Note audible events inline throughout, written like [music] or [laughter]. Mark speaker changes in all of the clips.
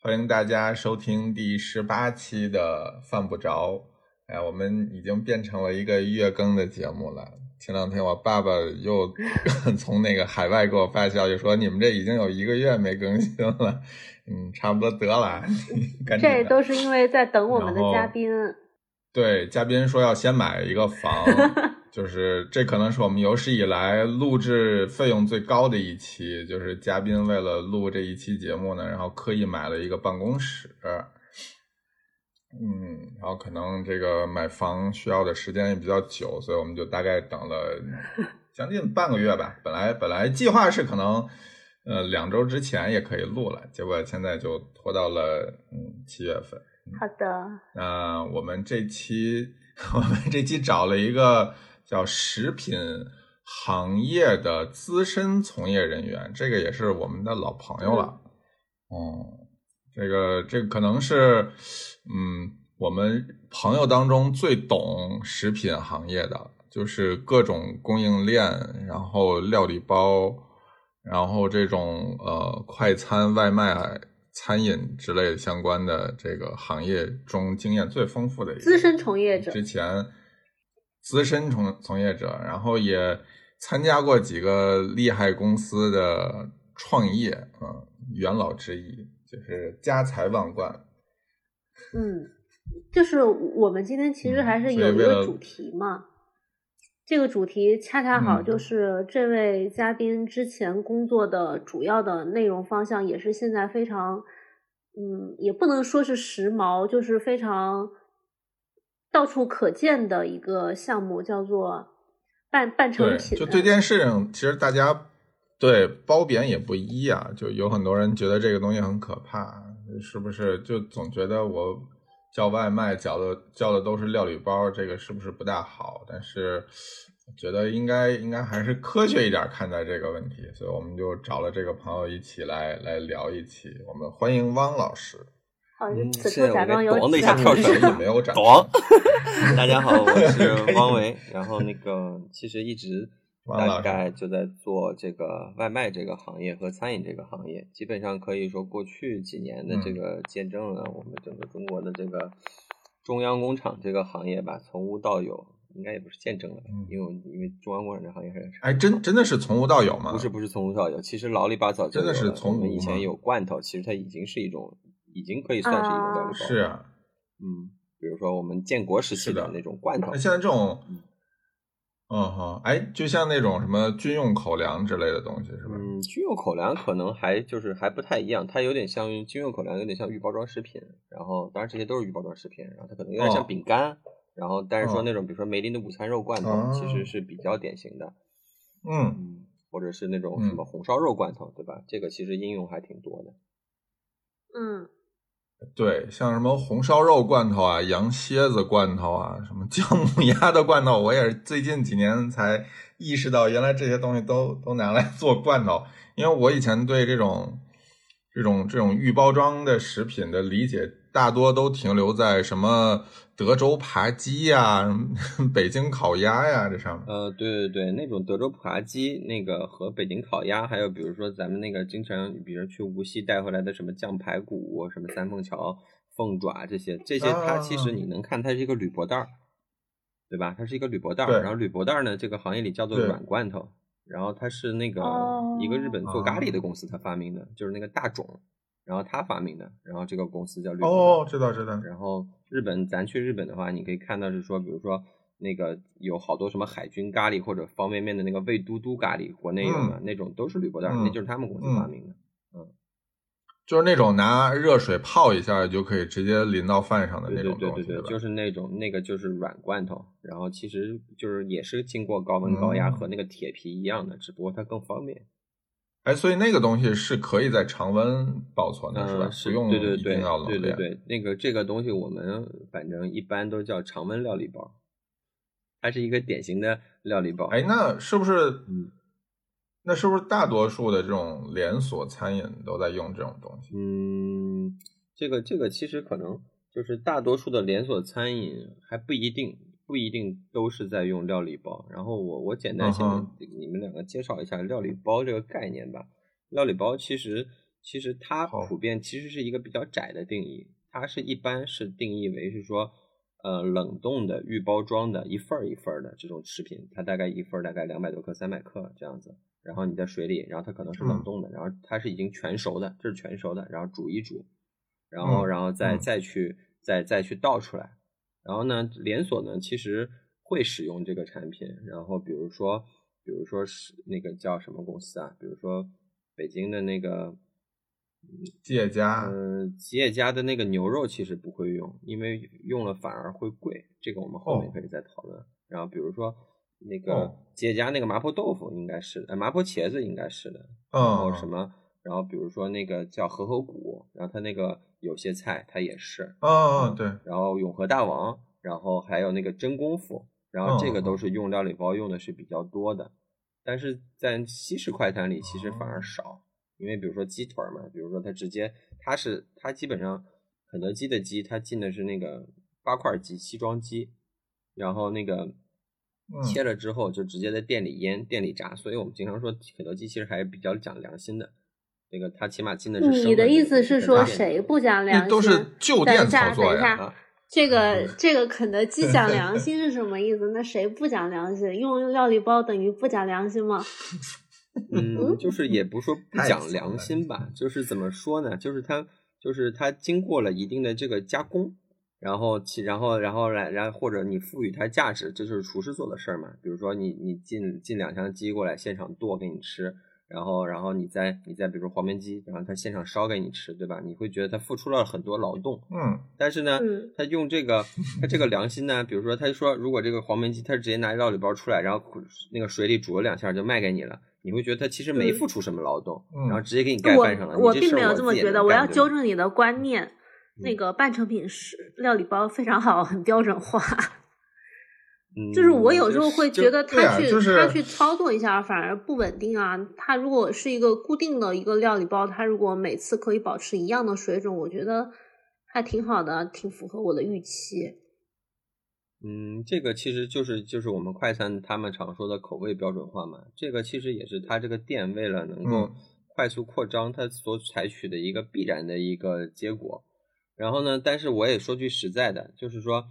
Speaker 1: 欢迎大家收听第十八期的《犯不着》。哎，我们已经变成了一个月更的节目了。前两天我爸爸又 [laughs] 从那个海外给我发消息说，你们这已经有一个月没更新了，嗯，差不多得了，赶紧
Speaker 2: 这
Speaker 1: 的
Speaker 2: 都是因为在等我们的
Speaker 1: 然后嗯
Speaker 2: 嘉宾。
Speaker 1: 对，嘉宾说要先买一个房，就是这可能是我们有史以来录制费用最高的一期，就是嘉宾为了录这一期节目呢，然后刻意买了一个办公室。嗯，然后可能这个买房需要的时间也比较久，所以我们就大概等了将近半个月吧。本来本来计划是可能，呃，两周之前也可以录了，结果现在就拖到了嗯七月份。
Speaker 2: 好的，
Speaker 1: 那呃我们这期我们这期找了一个叫食品行业的资深从业人员，这个也是我们的老朋友了。哦、这个这个可能是嗯我们朋友当中最懂食品行业的，就是各种供应链，然后料理包。然后这种呃快餐、外卖、餐饮之类相关的这个行业中经验最丰富的一个
Speaker 2: 资深从业者
Speaker 1: 嗯之前资深从从业者，然后也参加过几个厉害公司的创业，嗯，元老之一，就是家财万贯。
Speaker 2: 嗯，就是我们今天其实
Speaker 1: 嗯
Speaker 2: 还是
Speaker 1: 所以
Speaker 2: 有一
Speaker 1: 为
Speaker 2: 个
Speaker 1: 了
Speaker 2: 主题嘛。这个主题恰恰好
Speaker 1: 嗯
Speaker 2: 就是这位嘉宾之前工作的主要的内容方向，也是现在非常，嗯，也不能说是时髦，就是非常到处可见的一个项目，叫做半半成
Speaker 1: 对，
Speaker 2: 品。
Speaker 1: 就对这件事情，其实大家对褒贬也不一啊。就有很多人觉得这个东西很可怕，是不是？就总觉得我叫外卖叫的叫的都是料理包，这个是不是不大好？但是觉得应该应该还是科学一点看待这个问题，所以我们就找了这个朋友一起来来聊一期。我们欢迎汪老师，
Speaker 2: 好，
Speaker 3: 嗯
Speaker 2: 此
Speaker 3: 是
Speaker 2: 处假
Speaker 3: 我
Speaker 2: 装
Speaker 3: 给
Speaker 2: 有
Speaker 3: 咣的一
Speaker 2: 假
Speaker 3: 下跳
Speaker 2: 声
Speaker 3: 水
Speaker 1: 也没有掌声。
Speaker 3: 懂。 [laughs] 大家好，我是汪 [laughs] 维。然后那个，其实一直
Speaker 1: 汪老师
Speaker 3: 大概就在做这个外卖这个行业和餐饮这个行业，基本上可以说过去几年
Speaker 1: 嗯
Speaker 3: 的这个见证了我们整个中国的这个中央工厂这个行业吧，从无到有，应该也不是见证了
Speaker 1: 嗯，
Speaker 3: 因为我因为中央工厂这行业还是。
Speaker 1: 哎，真真的是从无到有吗？
Speaker 3: 不是不是从无到有，其实老里八早就
Speaker 1: 真的
Speaker 3: 有
Speaker 1: 是
Speaker 3: 了
Speaker 1: 从
Speaker 3: 我们
Speaker 1: 无
Speaker 3: 以
Speaker 1: 吗
Speaker 3: 前有罐头，其实它已经是一种，已经可以算是一种料理包。
Speaker 2: 啊
Speaker 1: 是啊，
Speaker 3: 嗯，比如说我们建国时期
Speaker 1: 是的
Speaker 3: 的那种罐头
Speaker 1: 那，像这种
Speaker 3: 嗯，
Speaker 1: 嗯哼，哎，就像那种什么军用口粮之类的东西，是吧？
Speaker 3: 嗯，军用口粮可能还就是还不太一样，它有点像于军用口粮，有点像预包装食品，然后当然这些都是预包装食品，然后它可能有点
Speaker 1: 哦
Speaker 3: 像饼干，然后但是
Speaker 1: 哦
Speaker 3: 说那种比如说梅林的午餐肉罐头、
Speaker 1: 哦
Speaker 3: 其实是比较典型的，
Speaker 1: 嗯，
Speaker 3: 嗯，或者是那种什么红烧肉罐头，对吧？这个其实应用还挺多的。
Speaker 2: [laughs] 嗯，
Speaker 1: 对，像什么红烧肉罐头啊、羊蝎子罐头啊、什么姜母鸭的罐头，我也是最近几年才意识到，原来这些东西都都拿来做罐头。因为我以前对这种这种这种预包装的食品的理解，大多都停留在什么德州扒鸡呀、什么 [laughs] 北京烤鸭呀、这上面。
Speaker 3: 呃，对对对，那种德州扒鸡，那个和北京烤鸭，还有比如说咱们那个经常，比如去无锡带回来的什么酱排骨、什么三凤桥凤爪这些，这些它其实
Speaker 1: 啊
Speaker 3: 你能看它是一个铝箔袋儿，对吧？它是一个铝箔袋
Speaker 1: 对
Speaker 3: 儿，然后铝箔袋儿呢，这个行业里叫做
Speaker 1: 对
Speaker 3: 软罐头，然后它是那个一个日本做
Speaker 1: 哦
Speaker 3: 咖喱
Speaker 1: 啊
Speaker 3: 的公司它发明的，就是那个大种，然后它发明的，然后这个公司叫铝箔袋儿。
Speaker 1: 哦，知道知道，
Speaker 3: 然后日本，咱去日本的话，你可以看到是说，比如说那个有好多什么海军咖喱或者方便面的那个味嘟嘟咖喱，国内有的、那种都是铝箔袋儿，
Speaker 1: 嗯
Speaker 3: 那就是他们公司发明的。
Speaker 1: 就是那种拿热水泡一下就可以直接淋到饭上的那
Speaker 3: 对对
Speaker 1: 种
Speaker 3: 对
Speaker 1: 东
Speaker 3: 对
Speaker 1: 西，
Speaker 3: 对，
Speaker 1: 吧？
Speaker 3: 就是那种那个就是软罐头，然后其实就是也是经过高温高压
Speaker 1: 嗯
Speaker 3: 和那个铁皮一样的，只不过它更方便。
Speaker 1: 哎，所以那个东西是可以在常温保存的，是吧？
Speaker 3: 嗯，是
Speaker 1: 不用
Speaker 3: 对对
Speaker 1: 一
Speaker 3: 对
Speaker 1: 定要冷
Speaker 3: 对对
Speaker 1: 链。
Speaker 3: 对，那个这个东西我们反正一般都叫常温料理包，它是一个典型的料理包。
Speaker 1: 哎，那是不是？
Speaker 3: 嗯
Speaker 1: 那是不是大多数的这种连锁餐饮都在用这种东西？
Speaker 3: 嗯，这个这个其实可能就是大多数的连锁餐饮还不一定不一定都是在用料理包。然后我我简单
Speaker 1: 嗯
Speaker 3: 先
Speaker 1: 哼
Speaker 3: 给你们两个介绍一下料理包这个概念吧。料理包其实其实它
Speaker 1: 好
Speaker 3: 普遍其实是一个比较窄的定义，它是一般是定义为是说，呃，冷冻的预包装的一份儿一份儿的这种食品，它大概一份儿大概两百多克、三百克这样子，然后你在水里，然后它可能是冷
Speaker 1: 嗯
Speaker 3: 冻的，然后它是已经全熟的，这是全熟的，然后煮一煮，然后
Speaker 1: 嗯
Speaker 3: 然后再
Speaker 1: 嗯
Speaker 3: 再去再再去倒出来，然后呢，连锁呢其实会使用这个产品，然后比如说，比如说是那个叫什么公司啊？比如说北京的那个，
Speaker 1: 借家，
Speaker 3: 嗯、吉野家的那个牛肉其实不会用，因为用了反而会贵，这个我们后面
Speaker 1: 哦
Speaker 3: 可以再讨论。然后比如说那个
Speaker 1: 哦
Speaker 3: 吉野家那个麻婆豆腐应该是，呃，麻婆茄子应该是的，然后
Speaker 1: 嗯，
Speaker 3: 哦什么，然后比如说那个叫和合谷，然后它那个有些菜它也是，
Speaker 1: 嗯？嗯，对，
Speaker 3: 然后永和大王，然后还有那个真功夫，然后这个都是用料理包用的是比较多的，但是在西式快餐里其实反而少，因为比如说鸡腿儿嘛，比如说它直接它是它基本上肯德基的鸡它进的是那个八块鸡西装鸡，然后那个
Speaker 1: 嗯
Speaker 3: 切了之后就直接在店里腌店里炸，所以我们经常说肯德基其实还是比较讲良心的。那个它起码进的是生
Speaker 2: 嗯你的
Speaker 3: 这
Speaker 2: 意
Speaker 3: 个
Speaker 2: 思
Speaker 3: 肯
Speaker 2: 是
Speaker 3: 德
Speaker 2: 说
Speaker 3: 基
Speaker 2: 谁不讲良
Speaker 1: 那
Speaker 2: 心？
Speaker 1: 都是就
Speaker 2: 等
Speaker 1: 店
Speaker 2: 一下，
Speaker 1: 操作
Speaker 2: 等一
Speaker 1: 呀。
Speaker 2: 下
Speaker 3: 啊，
Speaker 2: 这个这个肯德
Speaker 3: [laughs]
Speaker 2: 基讲良心是什么意思？那谁不讲良心？用料理包等于不讲良心
Speaker 3: [laughs]
Speaker 2: 吗？
Speaker 3: 嗯，就是也不是说不
Speaker 1: 太
Speaker 3: 讲
Speaker 1: 惨
Speaker 3: 良
Speaker 1: 了
Speaker 3: 心吧，就是怎么说呢？就是它，就是它经过了一定的这个加工，然后其然后然后来然后或者你赋予它价值，这就是厨师做的事儿嘛。比如说你你进进两箱鸡过来，现场剁给你吃，然后然后你再你再比如说黄焖鸡，然后它现场烧给你吃，对吧？你会觉得它付出了很多劳动，
Speaker 1: 嗯，
Speaker 3: 但是呢，
Speaker 2: 嗯
Speaker 3: 他用这个他这个良心呢，比如说他说如果这个黄焖鸡，他是直接拿料理包出来，然后那个水里煮了两下就卖给你了，你会觉得他其实没
Speaker 2: 嗯
Speaker 3: 付出什么劳动，
Speaker 1: 嗯
Speaker 3: 然后直接给你盖饭上了。嗯
Speaker 2: 我我
Speaker 3: 你这
Speaker 2: 并
Speaker 3: 事
Speaker 2: 没
Speaker 3: 儿
Speaker 2: 有
Speaker 3: 自
Speaker 2: 这么
Speaker 3: 己也
Speaker 2: 觉得，
Speaker 3: 能
Speaker 2: 我
Speaker 3: 干
Speaker 2: 要
Speaker 3: 对
Speaker 2: 纠
Speaker 3: 吧
Speaker 2: 正你的观念。那个半成品是料理包非常好，很标准化。
Speaker 3: 嗯
Speaker 2: 就是我有时候会
Speaker 3: 就
Speaker 2: 觉得
Speaker 1: 对啊
Speaker 2: 他去、
Speaker 1: 就是
Speaker 2: 他去操作一下反而不稳定啊。他如果是一个固定的一个料理包，他如果每次可以保持一样的水准，我觉得还挺好的，挺符合我的预期。
Speaker 3: 嗯，这个其实就是就是我们快餐他们常说的口味标准化嘛，这个其实也是他这个店为了能够
Speaker 1: 嗯
Speaker 3: 快速扩张，它所采取的一个必然的一个结果。然后呢，但是我也说句实在的，就是说，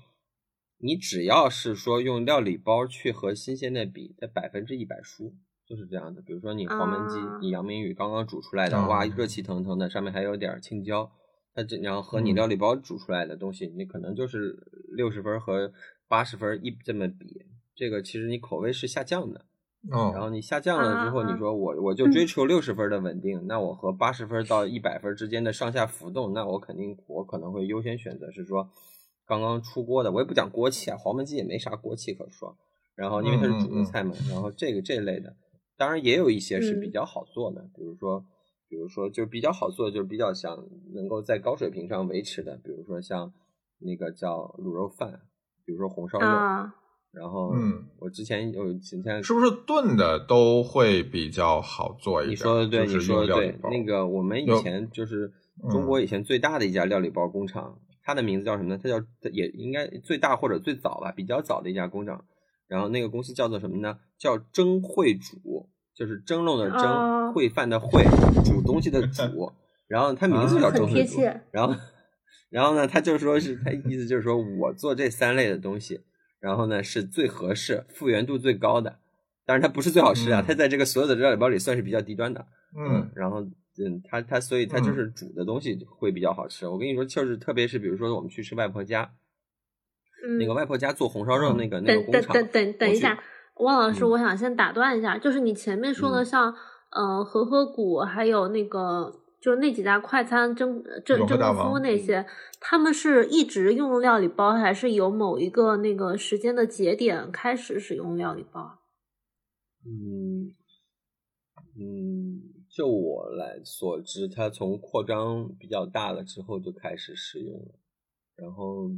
Speaker 3: 你只要是说用料理包去和新鲜的比，它百分之一百输，就是这样的。比如说你黄焖鸡，
Speaker 2: 啊
Speaker 3: 你杨明宇刚刚煮出来的，
Speaker 1: 啊
Speaker 3: 哇，热气腾腾的，上面还有点儿青椒，它这然后和你
Speaker 1: 嗯
Speaker 3: 料理包煮出来的东西，你可能就是六十分和八十分一这么比，这个其实你口味是下降的。然后
Speaker 1: 哦，
Speaker 3: 你下降了之后，
Speaker 2: 啊
Speaker 3: 你说我我就追求六十分的稳定，那我和八十分到一百分之间的上下浮动，那我肯定我可能会优先选择是说刚刚出锅的，我也不讲锅气啊，黄焖鸡也没啥锅气可说。然后因为它是
Speaker 1: 嗯
Speaker 3: 主
Speaker 1: 嗯
Speaker 3: 力
Speaker 1: 嗯
Speaker 3: 菜嘛，然后这个这类的，当然也有一些是
Speaker 2: 嗯
Speaker 3: 比较好做的，比如说比如说就比较好做，就是比较想能够在高水平上维持的，比如说像那个叫卤肉饭，比如说红烧肉，
Speaker 2: 啊，
Speaker 3: 然后
Speaker 1: 嗯
Speaker 3: 我之前有前天
Speaker 1: 是不是炖的都会比较好做一点？
Speaker 3: 你说的对，
Speaker 1: 就
Speaker 3: 你
Speaker 1: 是
Speaker 3: 说
Speaker 1: 用
Speaker 3: 的
Speaker 1: 料理
Speaker 3: 对。
Speaker 1: 包
Speaker 3: 那个我们以
Speaker 1: 有嗯
Speaker 3: 前就是中国以前最大的一家料理包工厂，它的名字叫什么呢？它叫它也应该最大或者最早吧，比较早的一家工厂。然后那个公司叫做什么呢？叫蒸烩煮，就是蒸笼的蒸，
Speaker 2: 哦
Speaker 3: 烩饭的烩，煮东西的
Speaker 1: [laughs]
Speaker 3: 煮。然后它名字叫
Speaker 1: 啊
Speaker 2: 很
Speaker 3: 蒸
Speaker 2: 贴
Speaker 3: 烩煮。
Speaker 2: 切。
Speaker 3: 然后，然后呢，他就说是他意思就是说我做这三类的东西，然后呢是最合适、复原度最高的。当然，它不是最好吃啊，
Speaker 1: 嗯
Speaker 3: 它在这个所有的料理包里算是比较低端的。
Speaker 1: 嗯，
Speaker 3: 然后嗯，它它所以它就是煮的东西会比较好吃。我跟你说，就是特别是比如说我们去吃外婆家，
Speaker 2: 嗯，
Speaker 3: 那个外婆家做红烧
Speaker 1: 嗯
Speaker 3: 肉那个那个
Speaker 2: 等
Speaker 3: 工
Speaker 2: 等
Speaker 3: 厂，
Speaker 2: 等等等
Speaker 3: 我
Speaker 2: 一
Speaker 3: 去
Speaker 2: 下，汪老师，
Speaker 3: 嗯
Speaker 2: 我想先打断一下，就是你前面说的
Speaker 3: 嗯
Speaker 2: 像，呃，和合谷还有那个，就是那几家快餐蒸呃
Speaker 1: 永
Speaker 2: 蒸
Speaker 1: 和
Speaker 2: 蒸
Speaker 1: 大
Speaker 2: 功夫
Speaker 1: 王嗯
Speaker 2: 那些，他们是一直用料理包，还是有某一个那个时间的节点开始使用料理包？啊
Speaker 3: 嗯嗯，就我来所知，它从扩张比较大了之后就开始使用了。然后，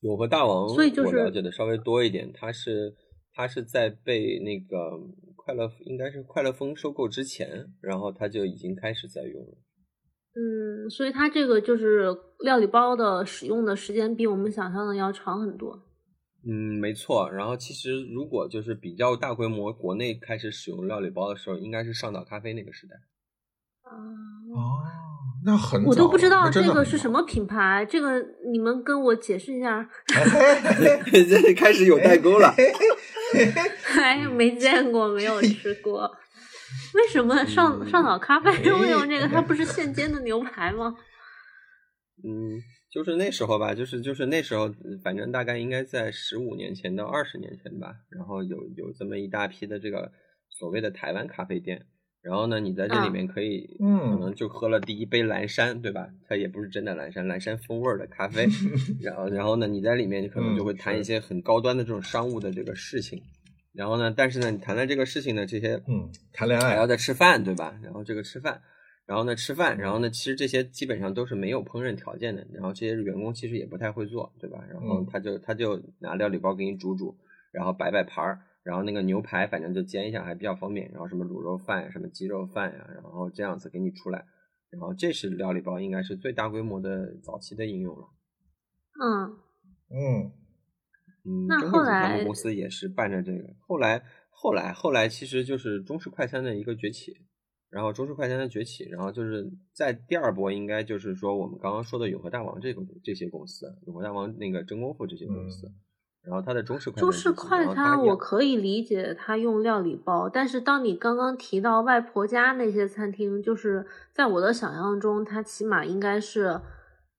Speaker 3: 永和大王，
Speaker 2: 所以就
Speaker 3: 我了
Speaker 2: 是
Speaker 3: 解的稍微多一点，它是它是在被那个快乐应该是快乐风收购之前，然后它就已经开始在用了。
Speaker 2: 嗯，所以它这个就是料理包的使用的时间比我们想象的要长很多。
Speaker 3: 嗯，没错。然后其实如果就是比较大规模国内开始使用料理包的时候，应该是上岛咖啡那个时代。 [laughs]
Speaker 1: 哦，那很
Speaker 2: 我都
Speaker 1: 早
Speaker 2: 不知
Speaker 1: 了
Speaker 2: 道
Speaker 1: 那真
Speaker 2: 这
Speaker 1: 的
Speaker 2: 个
Speaker 1: 很
Speaker 2: 是
Speaker 1: 早
Speaker 2: 什么品牌，这个你们跟我解释一下，
Speaker 1: [laughs]
Speaker 3: 这里开始有代沟了。嗯
Speaker 2: 还哎没见过，没有吃过。为什
Speaker 3: 嗯
Speaker 2: 么上上岛咖啡都会用这
Speaker 3: [laughs]
Speaker 2: 个？它不是现煎的牛排吗？
Speaker 3: 嗯，就是那时候吧，就是就是那时候，呃反正大概应该在十五年前到二十年前吧。然后有有这么一大批的这个所谓的台湾咖啡店，然后呢，你在这里
Speaker 2: 嗯
Speaker 3: 面可以，可
Speaker 1: 啊嗯
Speaker 3: 能就喝了第一杯蓝山，对吧？它也不是真的蓝山，蓝山风味儿的咖
Speaker 1: [laughs]
Speaker 3: 啡。然后然后呢，你在里面你可能就
Speaker 1: 嗯
Speaker 3: 会谈
Speaker 1: 是
Speaker 3: 一些很高端的这种商务的这个事情。然后呢，但是呢，你谈了这个事情呢，这些
Speaker 1: 嗯，谈恋
Speaker 3: 还
Speaker 1: 爱
Speaker 3: 要再吃饭，对吧？然后这个吃饭，然后呢吃饭，然后呢其实这些基本上都是没有烹饪条件的，然后这些员工其实也不太会做，对吧？然后
Speaker 1: 嗯
Speaker 3: 他就他就拿料理包给你煮煮，然后摆摆盘儿，然后那个牛排反正就煎一下还比较方便，然后什么卤肉饭呀、什么鸡肉饭呀、然后这样子给你出来，然后这是料理包应该是最大规模的早期的应用了。
Speaker 2: 嗯，
Speaker 1: 嗯
Speaker 3: 嗯，
Speaker 2: 那
Speaker 3: 中
Speaker 2: 后
Speaker 3: 国
Speaker 2: 来
Speaker 3: 公司也是伴着这个，后来后来后来其实就是中式快餐的一个崛起，然后中式快餐的崛起，然后就是在第二波应该就是说我们刚刚说的永和大王这个这些公司，啊永和大王那个真功夫这些公司，然后它的中式快餐
Speaker 2: 中式
Speaker 3: 公司
Speaker 2: 快
Speaker 3: 然后
Speaker 2: 餐
Speaker 3: 它
Speaker 2: 我
Speaker 3: 养
Speaker 2: 可以理解它用料理包，但是当你刚刚提到外婆家那些餐厅，就是在我的想象中，它起码应该是，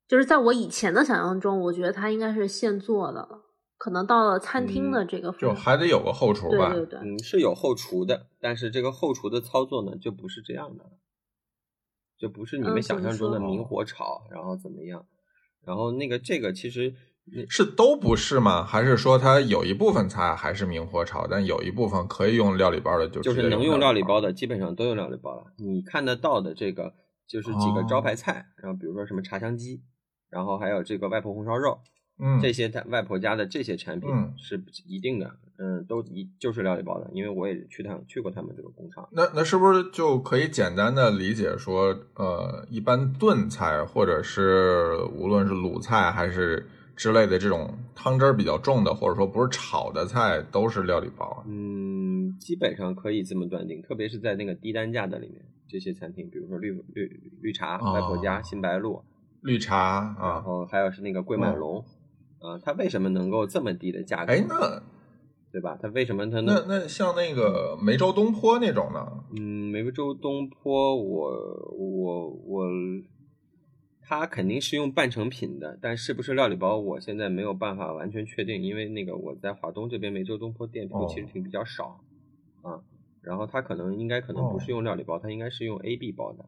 Speaker 2: 就是在我以前的想象中，我觉得它应该是现做的了，可能到了餐厅的这个份
Speaker 1: 就
Speaker 2: 儿
Speaker 1: 还得有个后厨
Speaker 2: 对
Speaker 1: 吧，
Speaker 2: 对对，
Speaker 3: 嗯，是有后厨的，但是这个后厨的操作呢，就不是这样的了，就不是你
Speaker 2: 嗯
Speaker 3: 们
Speaker 2: 怎
Speaker 3: 想
Speaker 2: 么
Speaker 3: 象中的
Speaker 1: 说
Speaker 3: 明火炒，然后怎么样，然后那个这个其实那
Speaker 1: 是都不是吗？还是说它有一部分菜还是明火炒，但有一部分可以用料理包的就
Speaker 3: 就
Speaker 1: 直接
Speaker 3: 是能
Speaker 1: 用
Speaker 3: 用料理包
Speaker 1: 的？
Speaker 3: 的，基本上都用料理包了。你看得到的这个就是几个
Speaker 1: 哦
Speaker 3: 招牌菜，然后比如说什么茶香鸡，然后还有这个外婆红烧肉，
Speaker 1: 嗯，
Speaker 3: 这些他外婆家的这些产品
Speaker 1: 嗯
Speaker 3: 是一定的，嗯，都一就是料理包的，因为我也去他去过他们这个工厂。
Speaker 1: 那那是不是就可以简单的理解说，呃，一般炖菜或者是无论是鲁菜还是之类的这种汤汁儿比较重的，或者说不是炒的菜，都是料理包啊？
Speaker 3: 嗯，基本上可以这么断定，特别是在那个低单价的里面，这些餐厅，比如说绿绿绿茶、
Speaker 1: 哦
Speaker 3: 外婆家、新白鹿，
Speaker 1: 绿茶
Speaker 3: 然
Speaker 1: 啊，嗯
Speaker 3: 后还有是那个桂满龙，啊，它为什么能够这么低的价格？
Speaker 1: 哎，那
Speaker 3: 对吧？它为什么它能
Speaker 1: 那那像那个梅州东坡那种呢？
Speaker 3: 嗯，梅州东坡我，我我它肯定是用半成品的，但是不是料理包，我现在没有办法完全确定，因为那个我在华东这边梅州东坡店铺其实
Speaker 1: 哦
Speaker 3: 挺比较少、啊，然后它可能应该可能不是用料理包，它应该是用 A B 包的，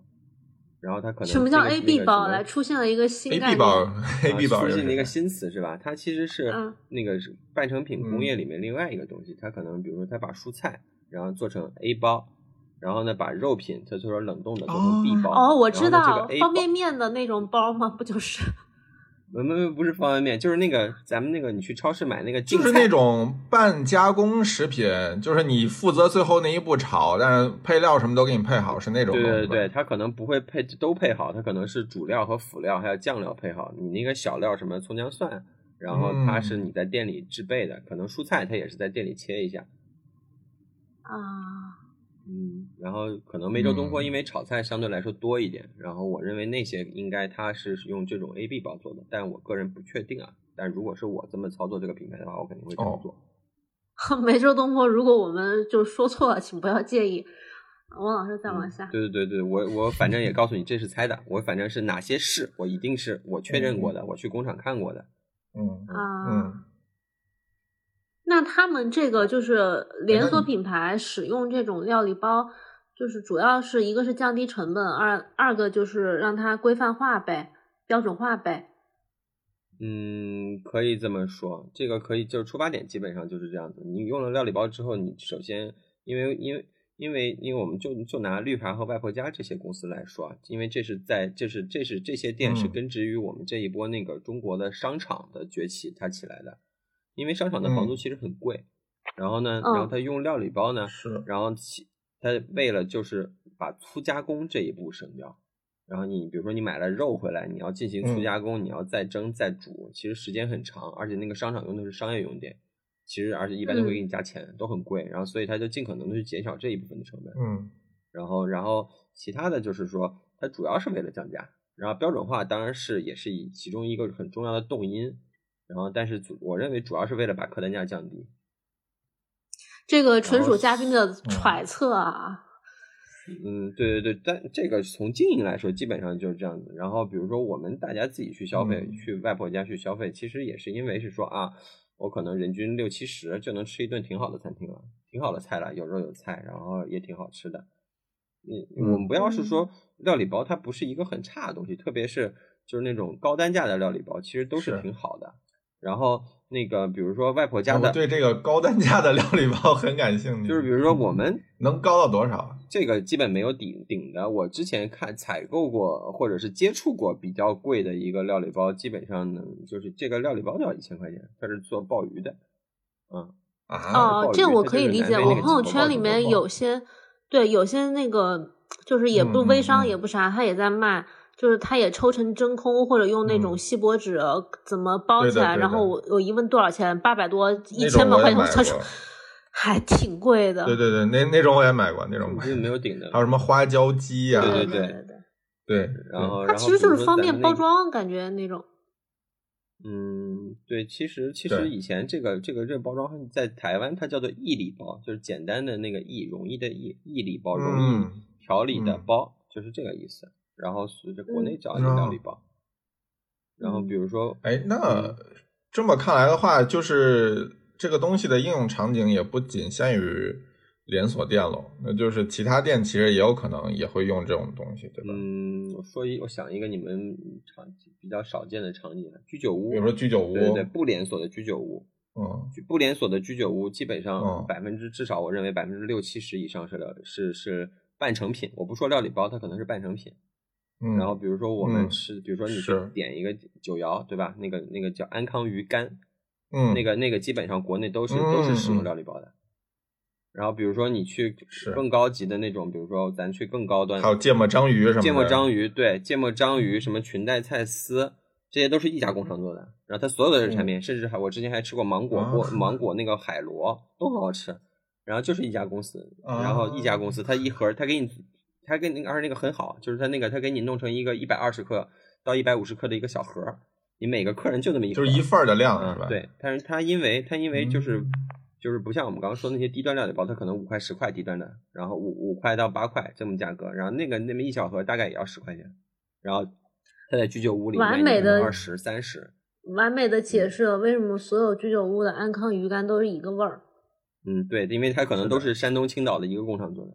Speaker 3: 然后它可能
Speaker 2: 什么叫
Speaker 3: 这个
Speaker 2: A B 包？
Speaker 3: 那
Speaker 2: 来，
Speaker 3: 个什么
Speaker 2: 出现了一个新
Speaker 1: A B
Speaker 2: 概念。
Speaker 1: 包，A
Speaker 3: 啊
Speaker 1: B 包
Speaker 3: 出
Speaker 1: 就
Speaker 3: 现了一个
Speaker 1: 是
Speaker 3: 新词是吧？它其实是
Speaker 2: 嗯
Speaker 3: 那个是半成品工
Speaker 1: 嗯
Speaker 3: 业里面另外一个东西，它可能比如说它把蔬菜然后做成 A 包，然后呢把肉品它做成冷冻的做成 B
Speaker 1: 哦
Speaker 3: 包。
Speaker 2: 哦，我
Speaker 3: 然
Speaker 2: 知
Speaker 3: 后呢
Speaker 2: 道
Speaker 3: 这个 A
Speaker 2: 方
Speaker 3: 包，
Speaker 2: 便面的那种包吗？不就是？
Speaker 3: 没没没不是方便面，就是那个咱们那个你去超市买那个净
Speaker 1: 就
Speaker 3: 菜，
Speaker 1: 是那种半加工食品，就是你负责最后那一步炒，但是配料什么都给你配好，是那种
Speaker 3: 对
Speaker 1: 东西
Speaker 3: 对
Speaker 1: 吧
Speaker 3: 对，它可能不会配都配好，它可能是主料和辅料还有酱料配好，你那个小料什么葱姜蒜，然后它是
Speaker 1: 嗯
Speaker 3: 你在店里制备的，可能蔬菜它也是在店里切一下。
Speaker 2: 啊， [laughs]
Speaker 3: 嗯，然后可能梅州东坡
Speaker 1: 嗯
Speaker 3: 因为炒菜相对来说多一点，然后我认为那些应该它是用这种 A B 包做的，但我个人不确定啊。但如果是我这么操作这个品牌的话，我肯定会这么
Speaker 1: 哦
Speaker 3: 做。
Speaker 2: 梅州东坡，如果我们就说错了，请不要介意。王老师再往下，
Speaker 3: 嗯对对对对，我我反正也告诉你这是猜的，我反正是哪些是我一定是我确认过的，我去工厂看过的。
Speaker 1: 嗯
Speaker 2: 啊，
Speaker 1: 嗯，
Speaker 2: 那他们这个就是连
Speaker 1: 哎那
Speaker 2: 锁
Speaker 1: 你
Speaker 2: 品牌使用这种料理包，就是主要是一个是降低成本，二二个就是让它规范化呗，标准化呗。
Speaker 3: 嗯，可以这么说，这个可以就是出发点基本上就是这样子。你用了料理包之后，你首先因为因为因为因为我们就就拿绿茶和外婆家这些公司来说啊，因为这是在这是这是这些店是
Speaker 1: 嗯
Speaker 3: 根植于我们这一波那个中国的商场的崛起它起来的，因为商场的房租
Speaker 1: 嗯
Speaker 3: 其实很贵，然后呢，然后
Speaker 2: 嗯
Speaker 3: 它用料理包呢，
Speaker 1: 是
Speaker 3: 然后其它为了就是把粗加工这一步省掉，然后你比如说你买了肉回来，你要进行粗
Speaker 1: 嗯
Speaker 3: 加工，你要再蒸再煮，其实时间很长，而且那个商场用的是商业用电，其实而且一般都会
Speaker 2: 嗯
Speaker 3: 给你加钱，都很贵，然后所以它就尽可能的去减少这一部分的成本。
Speaker 1: 嗯
Speaker 3: 然后然后其他的就是说，它主要是为了降价，然后标准化当然是也是以其中一个很重要的动因，然后但是主我认为主要是为了把客单价降低。
Speaker 2: 这个纯属嘉宾的揣测啊。
Speaker 3: 嗯，对对对，但这个从经营来说，基本上就是这样子。然后比如说我们大家自己去消费，
Speaker 1: 嗯
Speaker 3: 去外婆家去消费，其实也是因为是说啊，我可能人均六七十就能吃一顿挺好的餐厅了，挺好的菜了，有肉有菜，然后也挺好吃的。嗯，我们不要是说料理包，它不是一个很差的东西，特别是就是那种高单价的料理包，其实都是
Speaker 1: 是哎
Speaker 3: 挺好的。然后那个比如说外婆家
Speaker 1: 我
Speaker 3: 的，
Speaker 1: 对这个高单价的料理包很感兴趣，
Speaker 3: 就是比如说我们
Speaker 1: 能高到多少？
Speaker 3: 这个基本没有顶顶的。我之前看采购过或者是接触过比较贵的一个料理包，基本上能就是这个料理包都要一千块钱，它是做鲍鱼的，嗯，
Speaker 1: 啊，
Speaker 2: 哦
Speaker 3: 鲍，
Speaker 2: 这
Speaker 3: 鱼
Speaker 2: 个我
Speaker 3: 它
Speaker 2: 可
Speaker 3: 就
Speaker 2: 以
Speaker 3: 是
Speaker 2: 理
Speaker 3: 南
Speaker 2: 解。
Speaker 3: 非
Speaker 2: 我
Speaker 3: 那个
Speaker 2: 朋友
Speaker 3: 几个
Speaker 2: 圈
Speaker 3: 鲍
Speaker 2: 里
Speaker 3: 几个
Speaker 2: 面
Speaker 3: 鲍
Speaker 2: 有些，对，有些那个就是也不
Speaker 1: 嗯
Speaker 2: 微
Speaker 1: 嗯
Speaker 2: 商
Speaker 1: 嗯
Speaker 2: 也不啥，他也在卖，就是他也抽成真空，或者用那种
Speaker 1: 嗯
Speaker 2: 锡箔纸呃怎么包
Speaker 1: 对
Speaker 2: 起
Speaker 1: 的
Speaker 2: 来，
Speaker 1: 对
Speaker 2: 然
Speaker 1: 的
Speaker 2: 后我我一问多少钱，八百多，一
Speaker 1: 那
Speaker 2: 千
Speaker 1: 种
Speaker 2: 把
Speaker 1: 我
Speaker 2: 块
Speaker 1: 也
Speaker 2: 钱，我
Speaker 1: 买
Speaker 2: 他说
Speaker 1: 过，
Speaker 2: 还挺贵的。
Speaker 1: 对对对，那那种我也买过，那种
Speaker 3: 就是没有顶的
Speaker 1: 还。有什么花椒鸡呀、
Speaker 2: 对
Speaker 3: 对对
Speaker 2: 对
Speaker 3: 对
Speaker 2: 对，
Speaker 1: 对，
Speaker 3: 然后，
Speaker 2: 它
Speaker 3: 然后
Speaker 2: 其实
Speaker 3: 比
Speaker 2: 就
Speaker 3: 如
Speaker 2: 是
Speaker 3: 说
Speaker 2: 方
Speaker 3: 咱
Speaker 2: 便
Speaker 3: 们
Speaker 2: 包
Speaker 3: 那个
Speaker 2: 装，感觉那种。
Speaker 3: 嗯，对，其实其
Speaker 1: 对
Speaker 3: 实以前这个这个这个包装在台湾它叫做易理包，就是简单的那个易，容易的易，易理包，容易
Speaker 1: 嗯
Speaker 3: 调理的
Speaker 1: 嗯
Speaker 3: 包，就是这个意思。然后随着国内
Speaker 2: 嗯
Speaker 3: 找一些料理
Speaker 1: 哦
Speaker 3: 包，然后比如说，
Speaker 1: 哎，那
Speaker 3: 嗯
Speaker 1: 这么看来的话，就是这个东西的应用场景也不仅限于连锁店喽，那就是其他店其实也有可能也会用这种东西，对吧？
Speaker 3: 嗯，我说一，我想一个你们常比较少见的场景，啊居酒屋，
Speaker 1: 比如说居酒屋，
Speaker 3: 对对对，不连锁的居酒屋，
Speaker 1: 嗯
Speaker 3: 居不连锁的居酒屋，基本上
Speaker 1: 嗯
Speaker 3: 百分之至少我认为百分之六七十以上是料是是半成品，我不说料理包，它可能是半成品。
Speaker 1: 嗯，
Speaker 3: 然后比如说我们
Speaker 1: 嗯
Speaker 3: 吃，比如说你去
Speaker 1: 是
Speaker 3: 点一个酒肴，对吧？那个那个叫安康鱼干，
Speaker 1: 嗯
Speaker 3: 那个那个基本上国内都是
Speaker 1: 嗯
Speaker 3: 都是使用
Speaker 1: 嗯
Speaker 3: 料理包的。然后比如说你去
Speaker 1: 是
Speaker 3: 更高级的那种，比如说咱去更高端，
Speaker 1: 还有芥末章鱼什么的，
Speaker 3: 芥末章
Speaker 1: 鱼，
Speaker 3: 鱼，对，芥末章鱼，什么裙带菜丝，这些都是一家工厂做的。然后它所有的产品，甚至还我之前还吃过芒果
Speaker 1: 嗯啊 [laughs]
Speaker 3: 波、芒果那个海螺，都很好吃。然后就是一家公司，
Speaker 1: 啊
Speaker 3: 然后一家公司，它一盒，它给你，它给你，而且那个很好，就是它那个，它给你弄成一个一百二十克到一百五十克的一个小盒儿，你每个客人就这么一盒，
Speaker 1: 就是一份儿的量、是吧？[laughs]
Speaker 3: 嗯，，对，但是它因为它因为就是、
Speaker 1: 嗯
Speaker 3: 就是不像我们刚刚说那些低端料理包，它可能五块十块低端的，然后五五块到八块这么价格，然后那个那么一小盒大概也要十块钱，然后它在居酒屋里
Speaker 2: 完
Speaker 3: 卖
Speaker 2: 美的
Speaker 3: 二十三十，
Speaker 2: 完美的
Speaker 3: 嗯
Speaker 2: 解释了为什么所有居酒屋的安康鱼干都是一个味儿。
Speaker 3: 嗯，对，因为它可能
Speaker 1: 是
Speaker 3: 都
Speaker 1: 的
Speaker 3: 是山东青岛的一个工厂做的，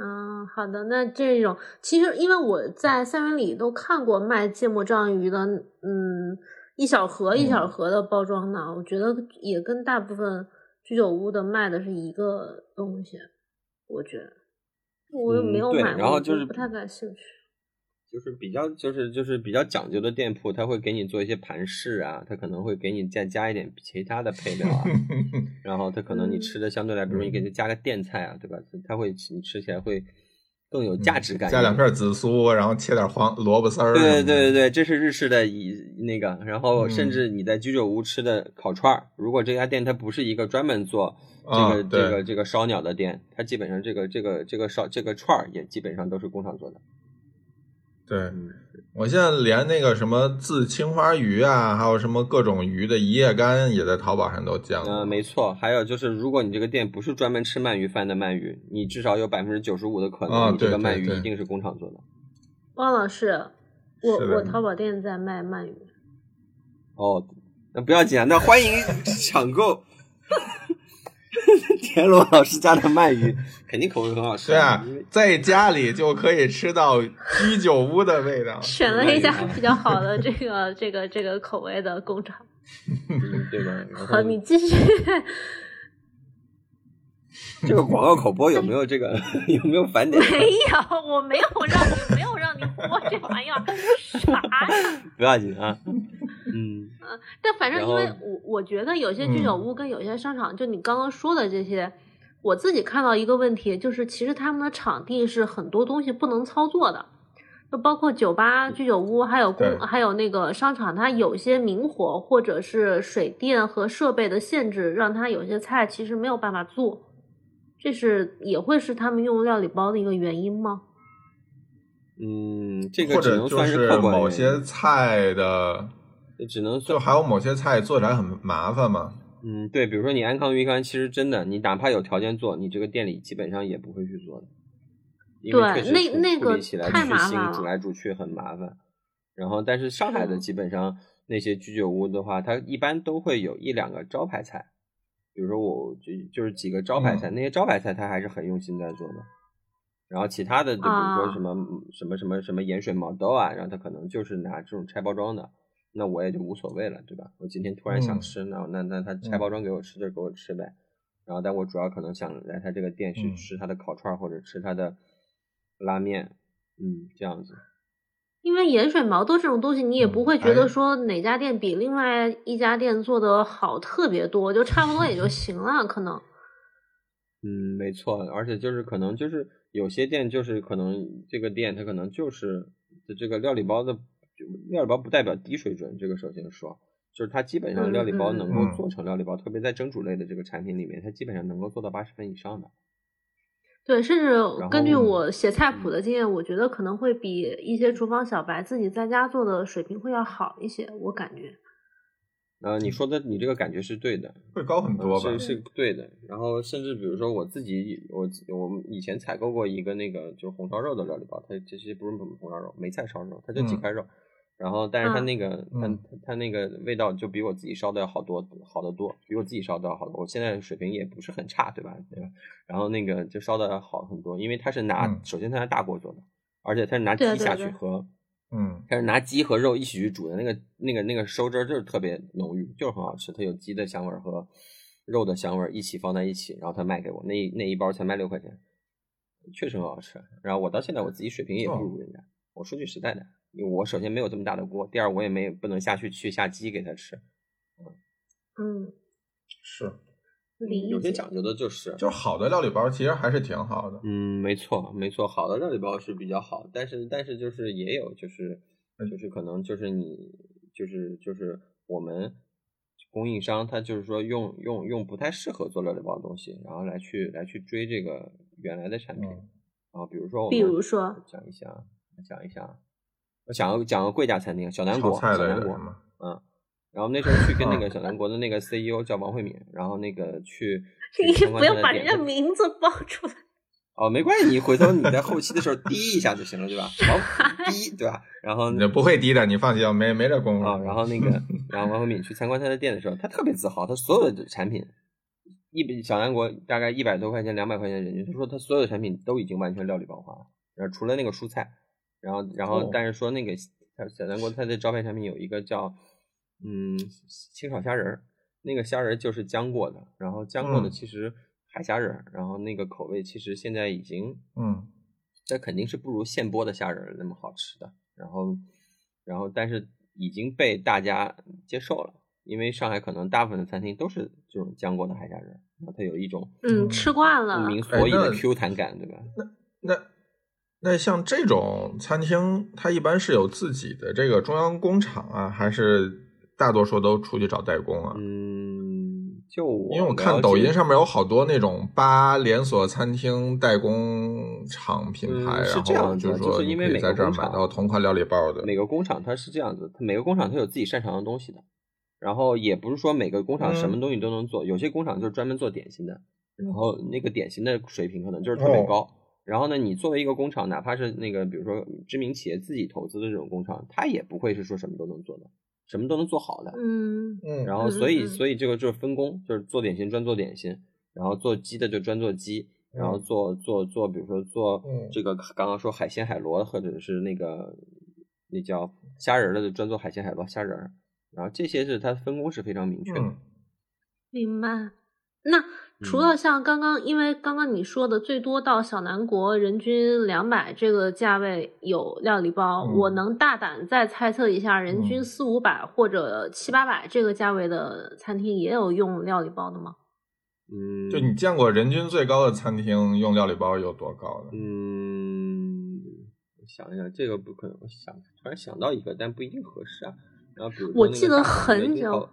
Speaker 2: 嗯，好的，那这种其实因为我在三元里都看过卖芥末章鱼的，嗯，一小盒一小
Speaker 1: 嗯。
Speaker 2: 盒的包装的，我觉得也跟大部分居酒屋的卖的是一个东西，我觉得我又
Speaker 3: 嗯
Speaker 2: 没有
Speaker 3: 对
Speaker 2: 买过，
Speaker 3: 然后
Speaker 2: 我
Speaker 3: 就是
Speaker 2: 不太感兴趣。
Speaker 3: 就是比较就是就是比较讲究的店铺，它会给你做一些盘饰啊，它可能会给你再加一点其他的配 [laughs] 料啊然后它可能你
Speaker 2: 嗯
Speaker 3: 吃的相对来，比如你给它加个垫菜啊，对吧？它会你吃起来会更有价值感一点。
Speaker 1: 嗯加两片紫苏，然后切点黄萝卜丝儿什么
Speaker 3: 对
Speaker 1: 的，嗯
Speaker 3: 对对对，这是日式的以那个，然后甚至你在居酒屋吃的烤串儿，如果这家店它不是一个专门做这
Speaker 1: 啊
Speaker 3: 个、
Speaker 1: 对
Speaker 3: 这个这个烧鸟的店，它基本上这个这个这个烧这个串儿也基本上都是工厂做的。
Speaker 1: 对
Speaker 3: 嗯，
Speaker 1: 我现在连那个什么自青花鱼啊，还有什么各种鱼的一夜干，也在淘宝上都见过。
Speaker 3: 嗯、没错。还有就是，如果你这个店不是专门吃鳗鱼饭的鳗鱼，你至少有百分之九十五的可能，
Speaker 1: 啊
Speaker 3: 你这
Speaker 1: 对
Speaker 3: 个鳗
Speaker 1: 对
Speaker 3: 鱼
Speaker 1: 对
Speaker 3: 一定是工厂做的。
Speaker 2: 汪老师，我
Speaker 1: 是的
Speaker 2: 我淘宝店在卖鳗鱼，。
Speaker 3: 哦，那不要紧啊，那欢迎
Speaker 1: [laughs]
Speaker 3: 抢购田螺老师家的鳗鱼，肯定口味很好吃。
Speaker 1: 对啊
Speaker 3: 因为，
Speaker 1: 在家里就可以吃到居酒屋的味道
Speaker 2: 选了一家
Speaker 3: 啊
Speaker 2: 比较好的这个这个这个口味的工厂。
Speaker 1: [laughs]
Speaker 3: 嗯对吧？然
Speaker 2: 好，
Speaker 3: 后
Speaker 2: 你继续。
Speaker 3: 嗯这个广告口播有没有这个有没有返点？
Speaker 2: [laughs] 没有，我没有让你，没有让你播这玩意儿，啥呀？
Speaker 3: 不要紧啊，嗯，
Speaker 2: 但反正因为
Speaker 3: 然后嗯
Speaker 2: 我我觉得有些居酒屋跟有些商场，就你刚刚说的这些，我自己看到一个问题，就是其实他们的场地是很多东西不能操作的。就包括酒
Speaker 3: 嗯
Speaker 2: 吧、居酒屋，还有公
Speaker 1: 对，
Speaker 2: 还有那个商场，它有些明火或者是水电和设备的限制，让它有些菜其实没有办法做。这是也会是他们用料理包的一个原因吗？
Speaker 3: 嗯，这个
Speaker 1: 或
Speaker 3: 只
Speaker 1: 者
Speaker 3: 能
Speaker 1: 就
Speaker 3: 算客观
Speaker 1: 某
Speaker 3: 原因
Speaker 1: 些菜的，
Speaker 3: 这只能
Speaker 1: 就
Speaker 3: 算
Speaker 1: 还有某些菜做起来很麻烦嘛。
Speaker 3: 嗯，对，比如说你安康鱼干，其实真的，你哪怕有条件做，你这个店里基本上也不会去做的，因为
Speaker 2: 对
Speaker 3: 确实
Speaker 2: 那
Speaker 3: 处
Speaker 2: 那
Speaker 3: 处
Speaker 2: 个
Speaker 3: 理起来
Speaker 2: 太
Speaker 3: 去
Speaker 2: 麻
Speaker 3: 腥
Speaker 2: 烦
Speaker 3: 煮
Speaker 2: 了
Speaker 3: 来煮去很麻烦。然后，但是上海
Speaker 2: 是
Speaker 3: 的基本上那些居酒屋的话，它一般都会有一两个招牌菜，比如说我就就是几个招牌
Speaker 2: 嗯
Speaker 3: 菜，那些招牌菜它还是很用心在做的。然后其他的，就比如说
Speaker 2: 啊
Speaker 3: 什么、什么什么什么盐水毛豆啊，然后它可能就是拿这种拆包装的，那我也就无所谓了，对吧？我今天突然想
Speaker 1: 嗯
Speaker 3: 吃，那那那他拆包装给我吃就给我吃呗。然后但我主要可能想来他这个店去
Speaker 1: 嗯
Speaker 3: 吃他的烤串儿或者吃他的拉面，嗯，这样子。
Speaker 2: 因为盐水毛豆这种东西，你也不
Speaker 1: 嗯
Speaker 2: 会觉
Speaker 1: 哎
Speaker 2: 得说哪家店比另外一家店做的好特别多，就差不多也就行了，可能。
Speaker 3: 嗯，没错，而且就是可能就是有些店就是可能这个店它可能就是就这个料理包的就料理包不代表低水准，这个首先说，就是它基本上料理包能
Speaker 1: 嗯嗯嗯
Speaker 3: 够做成料理包，特别在蒸煮类的这个产品里面，它基本上能够做到八十分以上的。
Speaker 2: 对，甚至
Speaker 3: 然
Speaker 2: 根据
Speaker 3: 后嗯
Speaker 2: 我写菜谱的经验，我觉得可能会比一些厨房小白自己在家做的水平会要好一些，我感觉。
Speaker 3: 呃，
Speaker 1: 嗯
Speaker 3: 你说的你这个感觉是对的，
Speaker 1: 会高很
Speaker 3: 嗯
Speaker 1: 多吧？
Speaker 3: 是是对的。然后甚至比如说我自己，我我们以前采购过一个那个就是红烧肉的料理包，它其实不是红烧肉，梅菜烧肉，它就几
Speaker 1: 嗯
Speaker 3: 块肉。然后，但是它
Speaker 2: 嗯
Speaker 3: 那个，它
Speaker 1: 嗯
Speaker 3: 它它那个味道就比我自己烧的要好多，好得多，比我自己烧的要好多。我现在水平也不是很差，对吧？对吧？然后那个就烧的好很多，因为它是拿，
Speaker 1: 嗯
Speaker 3: 首先它是大锅做的，而且它是拿鸡
Speaker 2: 对啊对
Speaker 3: 下去
Speaker 2: 对
Speaker 3: 和，
Speaker 1: 嗯
Speaker 3: 但是拿鸡和肉一起去煮的那个那个那个收汁儿就是特别浓郁，就是很好吃。它有鸡的香味儿和肉的香味儿一起放在一起，然后他卖给我那一那一包才卖六块钱，确实很好吃。然后我到现在我自己水平也不如人家。我说句实在的，因为我首先没有这么大的锅，第二我也没有不能下去去下鸡给他吃，
Speaker 2: 嗯，
Speaker 1: 是，
Speaker 2: 理
Speaker 3: 有些
Speaker 2: 解。
Speaker 3: 讲究的就是。
Speaker 1: 就是好的料理包其实还是挺好的。
Speaker 3: 嗯，没错，没错，好的料理包是比较好，但是但是就是也有就是
Speaker 1: 嗯
Speaker 3: 就是可能就是你就是就是我们供应商他就是说用用用不太适合做料理包的东西，然后来去来去追这个原来的产品，
Speaker 1: 嗯
Speaker 3: 然后比如说我
Speaker 2: 比
Speaker 3: 们
Speaker 2: 如说
Speaker 3: 讲一下，讲一下，我讲个讲个贵价餐厅小南
Speaker 1: 炒
Speaker 3: 国，
Speaker 1: 菜
Speaker 3: 小
Speaker 1: 类
Speaker 3: 南
Speaker 1: 的啊
Speaker 3: 国
Speaker 1: 什，么？
Speaker 3: 嗯，然后那时候去跟那个小南国的那个 CEO 叫王慧敏，然后那个去
Speaker 2: [laughs]
Speaker 3: 去
Speaker 2: 你
Speaker 3: 参观
Speaker 2: 不要
Speaker 3: 他的
Speaker 2: 把
Speaker 3: 店
Speaker 2: 人家
Speaker 3: 他
Speaker 2: 名字报出来。
Speaker 3: 哦，没关系，你回头你在后期的时候滴一下就行了，对吧？王滴，对吧？然后
Speaker 1: 你不会低的，你放心，没没这功夫。
Speaker 3: 啊、然后那个，然后王慧敏去参观他的店的时候，他特别自豪，他所有的产品，一比小南国大概一百多块钱、两百块钱人均，他说他所有的产品都已经完全料理包化了，然后除了那个蔬菜，然后然后
Speaker 1: 哦
Speaker 3: 但是说那个他小南国他的招牌产品有一个叫嗯清炒虾仁儿，那个虾仁儿就是浆过的，然后浆过的
Speaker 1: 嗯
Speaker 3: 其实海虾仁儿，然后那个口味其实现在已经
Speaker 1: 嗯，
Speaker 3: 这肯定是不如现剥的虾仁儿那么好吃的。然后，然后但是已经被大家接受了，因为上海可能大部分的餐厅都是这种浆过的海虾仁儿，那它有一种
Speaker 2: 嗯，吃惯
Speaker 3: 不
Speaker 2: 了。
Speaker 3: 明所以
Speaker 1: 哎
Speaker 3: 的
Speaker 1: 那
Speaker 3: Q 弹感，对吧？
Speaker 1: 那那像这种餐厅，它一般是有自己的这个中央工厂啊，还是大多数都出去找代工啊？
Speaker 3: 嗯，就我
Speaker 1: 因为我看
Speaker 3: 了
Speaker 1: 抖
Speaker 3: 解
Speaker 1: 音上面有好多那种八连锁餐厅代工厂品牌，
Speaker 3: 嗯是
Speaker 1: 然
Speaker 3: 这
Speaker 1: 后
Speaker 3: 样子
Speaker 1: 是
Speaker 3: 就
Speaker 1: 说
Speaker 3: 是
Speaker 1: 你
Speaker 3: 因
Speaker 1: 可
Speaker 3: 为
Speaker 1: 以
Speaker 3: 每
Speaker 1: 在
Speaker 3: 个
Speaker 1: 这儿
Speaker 3: 工
Speaker 1: 买
Speaker 3: 厂
Speaker 1: 到同款料理包的。
Speaker 3: 每个工厂它是这样子，它每个工厂它有自己擅长的东西的，然后也不是说每个工厂什么
Speaker 1: 嗯
Speaker 3: 东西都能做，有些工厂就是专门做点心的，然后那个点心的水平可能就是特别
Speaker 1: 哦
Speaker 3: 高。然后呢，你作为一个工厂，哪怕是那个比如说知名企业自己投资的这种工厂，它也不会是说什么都能做的，什么都能做好的。
Speaker 2: 嗯
Speaker 1: 嗯，
Speaker 3: 然
Speaker 1: 后
Speaker 3: 后所
Speaker 2: 嗯嗯
Speaker 3: 以
Speaker 2: 嗯
Speaker 3: 所以这个就是分工，就是做点心专做点心，然后做鸡的就专做鸡，然后
Speaker 1: 嗯
Speaker 3: 做做做，比如说做
Speaker 1: 嗯
Speaker 3: 这个刚刚说海鲜海螺或者是那个那叫虾仁儿的就专做海鲜海螺虾仁儿，然后这些是它分工是非常明确的。
Speaker 1: 嗯
Speaker 2: 明白。那除了像刚刚，因为刚刚你说的最多到小南国人均两百这个价位有料理包，
Speaker 1: 嗯
Speaker 2: 我能大胆再猜测一下，人均
Speaker 1: 嗯
Speaker 2: 四五百或者七八百这个价位的餐厅也有用料理包的吗？
Speaker 3: 嗯，
Speaker 1: 就你见过人均最高的餐厅用料理包有多高的？
Speaker 3: 嗯，我想一想，这个不可能，我想突然想到一个，但不一定合适啊。然后比如说
Speaker 2: 我
Speaker 3: 那
Speaker 2: 记
Speaker 3: 个
Speaker 2: 得
Speaker 3: 大阪的
Speaker 2: 很
Speaker 3: 一号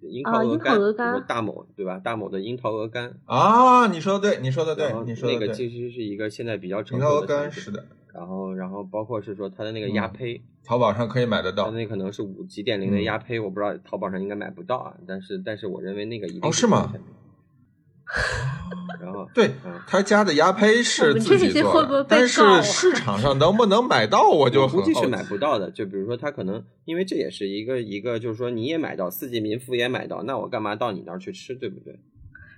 Speaker 2: 久
Speaker 3: 樱
Speaker 2: 啊
Speaker 3: 桃鹅
Speaker 2: 樱桃鹅
Speaker 3: 比如
Speaker 2: 肝
Speaker 3: 大某对吧？大某的樱桃鹅肝，
Speaker 1: 啊，你说的对，你说的对
Speaker 3: 然后，
Speaker 1: 你说
Speaker 3: 那
Speaker 1: 的
Speaker 3: 个其
Speaker 1: 对，
Speaker 3: 实是一个现在比较
Speaker 1: 樱
Speaker 3: 成
Speaker 1: 桃
Speaker 3: 熟
Speaker 1: 鹅
Speaker 3: 的
Speaker 1: 肝
Speaker 3: 产品
Speaker 1: 是的，
Speaker 3: 然后，然后包括是说它的那个鸭
Speaker 1: 嗯
Speaker 3: 胚，
Speaker 1: 淘宝上可以买得
Speaker 3: 它
Speaker 1: 到。
Speaker 3: 那可能是五几点零的
Speaker 1: 嗯
Speaker 3: 鸭胚，我不知道淘宝上应该买不到啊。但是，但是我认为那个一定
Speaker 1: 哦是
Speaker 3: 国
Speaker 1: 吗
Speaker 3: 产品？然后，
Speaker 1: 对
Speaker 3: 嗯，
Speaker 1: 他家的鸭胚是自己
Speaker 2: 我们这一集会
Speaker 1: 做
Speaker 2: 不会
Speaker 1: 的，
Speaker 2: 被
Speaker 1: 但
Speaker 2: 告
Speaker 1: 是
Speaker 2: 啊 [laughs]
Speaker 1: 市场上能不能买到， [laughs] 我就
Speaker 3: 我
Speaker 1: 很
Speaker 3: 估计
Speaker 1: 好
Speaker 3: 是
Speaker 1: 奇
Speaker 3: 买不到的。就比如说，它可能因为这也是一个一个，就是说你也买到，四季民福也买到，那我干嘛到你那儿去吃，对不对？